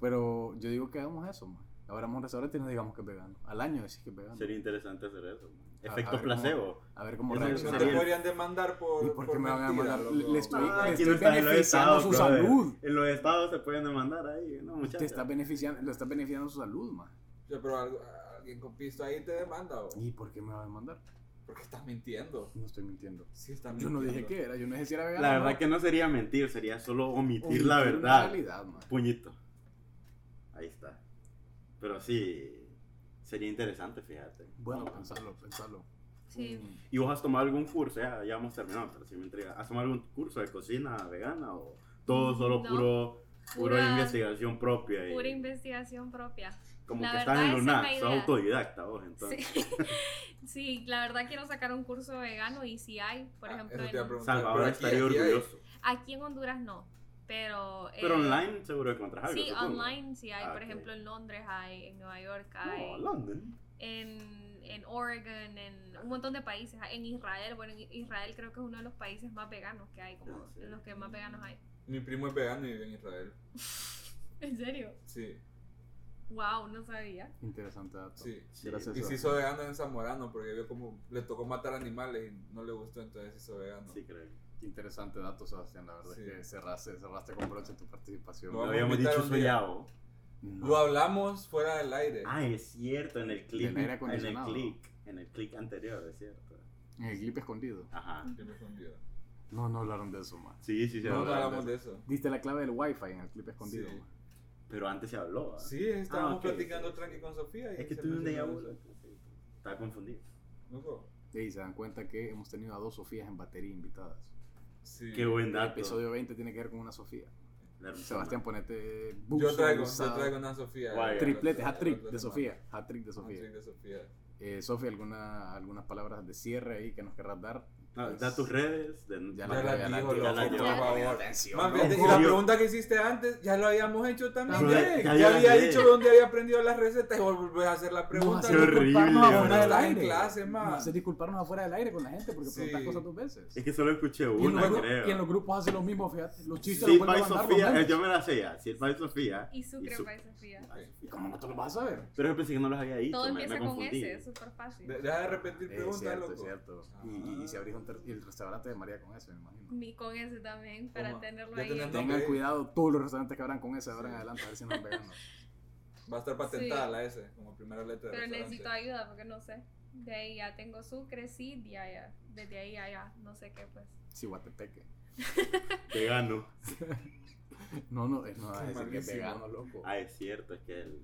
Speaker 3: Pero yo digo que hagamos eso, man. Abramos un restaurante y no digamos que es vegano. Al año decís que es vegano.
Speaker 1: Sería interesante hacer eso. man.
Speaker 3: A- a
Speaker 1: Efecto
Speaker 3: ver cómo-
Speaker 1: placebo.
Speaker 3: A ver cómo
Speaker 1: Eso
Speaker 2: No
Speaker 1: sería
Speaker 2: te
Speaker 1: el-
Speaker 3: reacciona.
Speaker 2: podrían demandar por.
Speaker 3: ¿Y por qué me van a
Speaker 2: mentira,
Speaker 3: demandar?
Speaker 2: loco.
Speaker 3: Le estoy-
Speaker 1: Ah,
Speaker 3: le
Speaker 1: aquí
Speaker 3: estoy
Speaker 1: no está en los
Speaker 3: beneficiando
Speaker 1: estados,
Speaker 3: su
Speaker 1: brother.
Speaker 3: salud.
Speaker 1: En los estados se pueden demandar ahí, ¿no,
Speaker 3: Te
Speaker 1: muchachos?
Speaker 3: está beneficiando, lo está beneficiando su salud, man.
Speaker 2: O sea, pero algo- alguien con pisto ahí te demanda, o
Speaker 3: ¿Y por qué me va a demandar?
Speaker 2: Porque estás mintiendo.
Speaker 3: No estoy mintiendo.
Speaker 2: Sí, estás
Speaker 3: Yo
Speaker 2: mintiendo.
Speaker 3: no dije que era, yo no dije si era vegano.
Speaker 1: La verdad que no sería mentir, sería solo omitir la
Speaker 3: La
Speaker 1: verdad.
Speaker 3: realidad, man.
Speaker 1: Puñito. Ahí está. Pero sí, sería interesante, fíjate.
Speaker 3: Bueno,
Speaker 2: pues.
Speaker 3: Mm, pensarlo, pensarlo.
Speaker 4: Sí.
Speaker 2: Mm,
Speaker 1: ¿Y vos has tomado algún curso? Ya, ya hemos terminado, pero sí me intriga. ¿Has tomado algún curso de cocina vegana o todo
Speaker 2: Mm,
Speaker 1: solo
Speaker 4: No.
Speaker 1: puro, puro
Speaker 4: Pura-
Speaker 1: investigación propia? Y
Speaker 4: Pura investigación propia.
Speaker 1: como
Speaker 4: La
Speaker 1: que estás en
Speaker 4: verdad, esa es
Speaker 1: Luna,
Speaker 4: la
Speaker 1: sos
Speaker 4: idea.
Speaker 1: autodidacta vos, entonces.
Speaker 4: Sí. Sí, *laughs* la verdad quiero sacar un curso vegano y si hay, por
Speaker 2: Ah,
Speaker 4: ejemplo,
Speaker 2: eso te iba a
Speaker 4: en-
Speaker 2: preguntar.
Speaker 1: Salvador
Speaker 2: Pero aquí-
Speaker 1: estaría
Speaker 2: aquí hay-
Speaker 1: orgulloso.
Speaker 4: aquí en Honduras no. Pero.
Speaker 1: Pero
Speaker 4: eh,
Speaker 1: online seguro encontrás algo.
Speaker 4: Sí,
Speaker 1: supongo.
Speaker 4: online sí hay.
Speaker 1: Ah,
Speaker 4: Por
Speaker 1: ok. Oh,
Speaker 4: ejemplo, en Londres hay, en Nueva York hay,
Speaker 1: No, London.
Speaker 4: en, en Oregon, en un montón de países. hay, En Israel, bueno, en Israel creo que es uno de los países más veganos que hay, como
Speaker 1: Ah, sí.
Speaker 4: en los que más veganos hay. *laughs*
Speaker 2: Mi primo es vegano y vive en Israel.
Speaker 4: ¿En serio?
Speaker 2: Sí,
Speaker 4: Wow, no sabía.
Speaker 3: Interesante dato.
Speaker 2: sí.
Speaker 1: Sí,
Speaker 3: Gracias.
Speaker 2: Y
Speaker 3: a-
Speaker 2: se hizo vegano en Zamorano porque vio como le tocó matar animales y no le gustó, entonces se hizo vegano.
Speaker 1: Sí, creo.
Speaker 3: Interesante dato, Sebastián. La verdad
Speaker 2: Sí.
Speaker 3: es que cerraste, cerraste con broche tu participación.
Speaker 2: Lo
Speaker 1: Lo
Speaker 2: vamos a
Speaker 1: habíamos
Speaker 2: invitar
Speaker 1: dicho
Speaker 2: un día.
Speaker 1: soñado.
Speaker 3: No.
Speaker 2: Lo hablamos fuera del aire.
Speaker 1: Ah, es cierto, en el clip.
Speaker 3: Del aire
Speaker 1: En el
Speaker 3: acondicionado.
Speaker 1: click. En el click anterior, es cierto.
Speaker 3: En el clip escondido.
Speaker 1: Ajá.
Speaker 2: Que me escondió.
Speaker 3: No, no hablaron de eso, man.
Speaker 1: Sí, sí, se
Speaker 2: No, no
Speaker 1: habló
Speaker 2: hablamos de eso.
Speaker 3: Diste la clave del wifi en el clip escondido,
Speaker 2: Sí.
Speaker 3: ma.
Speaker 1: Pero antes se habló. ¿ah?
Speaker 2: Sí, estábamos
Speaker 1: ok.
Speaker 2: platicando tranqui con Sofía. y
Speaker 1: Es que
Speaker 2: se
Speaker 1: tuve un déjà
Speaker 2: mencionó
Speaker 1: vu.
Speaker 2: eso.
Speaker 1: sí. Estaba confundido.
Speaker 2: Loco.
Speaker 3: Y se dan cuenta que hemos tenido a dos Sofías en batería invitadas.
Speaker 2: Sí.
Speaker 1: Qué buen
Speaker 3: El
Speaker 1: dato.
Speaker 3: episodio 20 tiene que ver con una Sofía.
Speaker 1: La hermana.
Speaker 3: Sebastián, ponete buzo,
Speaker 2: Yo traigo,
Speaker 3: usado.
Speaker 2: yo traigo Ah, una Sofía.
Speaker 1: Guay,
Speaker 3: Triplete,
Speaker 2: La- la- la-
Speaker 3: hat-trick
Speaker 2: la-
Speaker 3: de
Speaker 2: la-
Speaker 3: Sofía. Hat-trick de
Speaker 2: Hat-trick
Speaker 3: Sofía.
Speaker 2: de Sofía.
Speaker 3: Eh, Sofía, alguna, algunas palabras de cierre ahí que nos querrás dar.
Speaker 1: No, da tus redes. de-
Speaker 2: Ya
Speaker 3: Ya, la-
Speaker 2: la
Speaker 3: ya la-
Speaker 2: dijo,
Speaker 3: ya la-
Speaker 2: loco,
Speaker 3: ya la-
Speaker 2: por favor.
Speaker 3: Atención,
Speaker 2: Más bien,
Speaker 3: loco.
Speaker 2: y la
Speaker 1: yo-
Speaker 2: pregunta que hiciste antes, ya lo habíamos hecho también.
Speaker 1: Pero
Speaker 2: ¿eh?
Speaker 1: ya-
Speaker 2: Ya,
Speaker 1: ya
Speaker 2: había
Speaker 1: había-
Speaker 2: dicho dónde había aprendido las recetas y volvés a hacer la pregunta.
Speaker 1: Qué
Speaker 3: hacer
Speaker 2: loco.
Speaker 1: horrible,
Speaker 3: disculparnos
Speaker 1: bro.
Speaker 3: afuera del
Speaker 2: Estás en
Speaker 3: aire.
Speaker 2: clase, ma.
Speaker 3: No hacer disculparnos afuera del aire con la gente porque
Speaker 2: Sí.
Speaker 3: preguntas cosas dos veces.
Speaker 1: Es que solo escuché
Speaker 3: Y en, los
Speaker 1: una,
Speaker 3: gru-
Speaker 1: creo.
Speaker 3: y en los grupos hace lo mismo, fíjate. Los
Speaker 1: Sí,
Speaker 3: chistes los
Speaker 1: Pai
Speaker 3: vuelven a mandar
Speaker 1: Sofía,
Speaker 3: los
Speaker 1: eh,
Speaker 3: memes.
Speaker 1: yo me la hacía. Sí, Pai Sofía.
Speaker 4: Y Sucre,
Speaker 1: Sucre.
Speaker 4: Pai Sofía.
Speaker 3: ¿Y ¿Cómo no te lo vas a saber?
Speaker 1: Pero yo pensé que no los había dicho.
Speaker 4: Todo
Speaker 1: me- me,
Speaker 4: empieza con
Speaker 1: confundí.
Speaker 4: S, es súper fácil.
Speaker 2: De- Deja de repetir
Speaker 3: Es
Speaker 2: preguntas,
Speaker 3: cierto,
Speaker 2: loco.
Speaker 3: es cierto. Y, y-
Speaker 1: Ah.
Speaker 3: y si abrís un ter- y el restaurante de María con eso, me imagino.
Speaker 4: Mi con S también, para
Speaker 2: Toma,
Speaker 4: tenerlo
Speaker 2: ya
Speaker 4: ahí.
Speaker 2: tenés
Speaker 3: Tengan
Speaker 2: Ok.
Speaker 3: cuidado todos los restaurantes que abran con ese de ahora en adelante, a ver si no es
Speaker 1: *laughs*
Speaker 3: vegano.
Speaker 2: Va a estar patentada la S como primera letra de
Speaker 4: Pero
Speaker 2: restaurante.
Speaker 4: necesito ayuda porque no sé. De ahí ya tengo Sucre, sí, de allá. Desde ahí allá, no sé qué pues.
Speaker 3: Sí, guatepeque.
Speaker 1: Vegano.
Speaker 3: No, no, es- no va a
Speaker 2: Qué
Speaker 3: decir que es
Speaker 2: malísimo.
Speaker 3: vegano, loco.
Speaker 1: Ah, es cierto, es que el.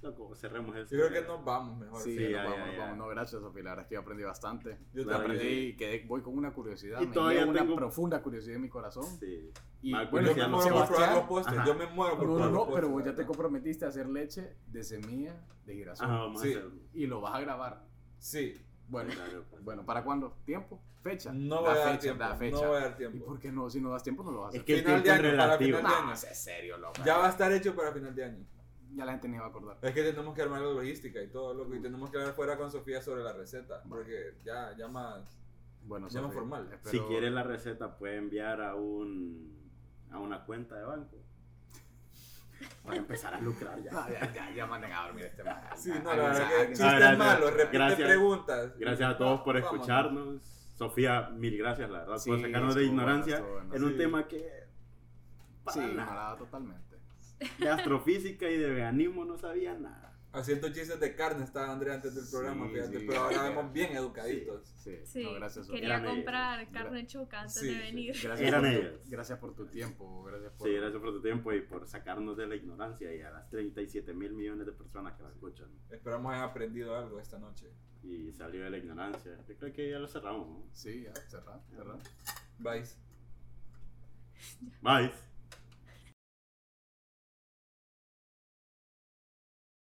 Speaker 1: Loco, cerremos eso.
Speaker 2: Yo creo que nos vamos mejor.
Speaker 3: Sí,
Speaker 1: Sí,
Speaker 3: nos
Speaker 1: ya,
Speaker 3: vamos,
Speaker 1: ya,
Speaker 3: nos
Speaker 1: ya.
Speaker 3: vamos. No, gracias, Sofía. La verdad es que yo aprendí bastante.
Speaker 2: Yo
Speaker 3: Yo
Speaker 1: Claro,
Speaker 2: también.
Speaker 3: aprendí
Speaker 1: yo-
Speaker 3: y quedé, voy con una curiosidad.
Speaker 1: Y
Speaker 3: me
Speaker 1: todavía
Speaker 3: llevo una
Speaker 1: tengo-
Speaker 3: profunda curiosidad en mi corazón.
Speaker 1: Sí. Ah,
Speaker 3: Y
Speaker 1: Mal
Speaker 2: Yo
Speaker 3: bueno,
Speaker 2: me
Speaker 1: curiosidad,
Speaker 2: muero por probar los
Speaker 3: Sebastián,
Speaker 2: postres.
Speaker 1: Ajá.
Speaker 2: Yo me muero por
Speaker 3: no, no,
Speaker 2: probar los
Speaker 3: no,
Speaker 2: postres.
Speaker 3: pero vos ya te
Speaker 2: ¿verdad?
Speaker 3: comprometiste a hacer leche de semilla
Speaker 1: Ajá,
Speaker 3: de girasol.
Speaker 1: Ah, vamos
Speaker 2: Sí.
Speaker 1: a hacerlo.
Speaker 3: Y lo vas a grabar.
Speaker 2: Sí,
Speaker 3: Bueno,
Speaker 1: Claro, pues.
Speaker 3: bueno, ¿para cuándo? ¿Tiempo? ¿Fecha?
Speaker 2: no
Speaker 3: Da
Speaker 2: voy a dar
Speaker 3: fecha,
Speaker 2: tiempo.
Speaker 3: da fecha.
Speaker 2: No voy a dar
Speaker 3: ¿Y
Speaker 2: tiempo.
Speaker 3: por qué no? Si no das tiempo, no lo vas a
Speaker 1: Es
Speaker 3: hacer.
Speaker 1: que el
Speaker 2: Final
Speaker 1: tiempo es
Speaker 2: de año, para
Speaker 1: relativo.
Speaker 2: final de
Speaker 3: No,
Speaker 2: año.
Speaker 3: sé serio, loco.
Speaker 2: Ya va a estar hecho para final de año.
Speaker 3: Ya la gente ni va a acordar.
Speaker 2: Es que tenemos que armar la logística y todo, loco. Y tenemos que hablar fuera con Sofía sobre la receta. Porque ya, ya más.
Speaker 3: Bueno,
Speaker 2: Ya no
Speaker 3: Sofía,
Speaker 2: formal.
Speaker 3: espero-
Speaker 1: Si quieres la receta, puede enviar a un a una cuenta de banco. Para empezar a lucrar ya.
Speaker 3: Ah, ya, ya, ya manden a dormir este mal.
Speaker 2: Sí,
Speaker 3: Ah,
Speaker 2: no, la
Speaker 3: alguien
Speaker 2: verdad
Speaker 3: sabe,
Speaker 2: que
Speaker 3: alguien
Speaker 2: chistes
Speaker 1: Ah,
Speaker 3: sabe.
Speaker 1: gracias,
Speaker 2: malos, repite
Speaker 1: gracias.
Speaker 2: preguntas.
Speaker 1: Gracias a todos por
Speaker 2: Vámonos.
Speaker 1: escucharnos. Sofía, mil gracias, la verdad,
Speaker 3: Sí,
Speaker 1: por sacarnos de
Speaker 3: estuvo bueno,
Speaker 1: ignorancia
Speaker 3: estuvo bueno.
Speaker 1: en un
Speaker 2: Sí.
Speaker 1: tema que
Speaker 3: Sí,
Speaker 1: para nada.
Speaker 3: ignorada totalmente.
Speaker 1: de astrofísica y de veganismo no sabía nada.
Speaker 2: Haciendo chistes de carne estaba Andrea antes del
Speaker 3: Sí,
Speaker 2: programa, fíjate,
Speaker 3: sí.
Speaker 2: pero ahora vemos bien educaditos.
Speaker 3: Sí,
Speaker 4: Sí,
Speaker 3: no, gracias. Sofía.
Speaker 4: quería
Speaker 1: Eran
Speaker 4: comprar
Speaker 3: ellos.
Speaker 4: carne
Speaker 3: Gra-
Speaker 4: choca antes
Speaker 2: Sí,
Speaker 4: de
Speaker 2: sí.
Speaker 4: venir.
Speaker 3: Gracias,
Speaker 1: Eran
Speaker 3: por
Speaker 1: ellos.
Speaker 3: Tu, gracias por tu tiempo. Gracias por.
Speaker 1: Sí, gracias por tu tiempo y por sacarnos de la ignorancia y a las 37 mil millones de personas que la escuchan.
Speaker 2: Esperamos hayan aprendido algo esta noche.
Speaker 1: Y salió de la ignorancia. Yo creo que ya lo cerramos, ¿no?
Speaker 3: Sí, ya, cerrá, cerrá.
Speaker 2: Bye.
Speaker 1: Bye.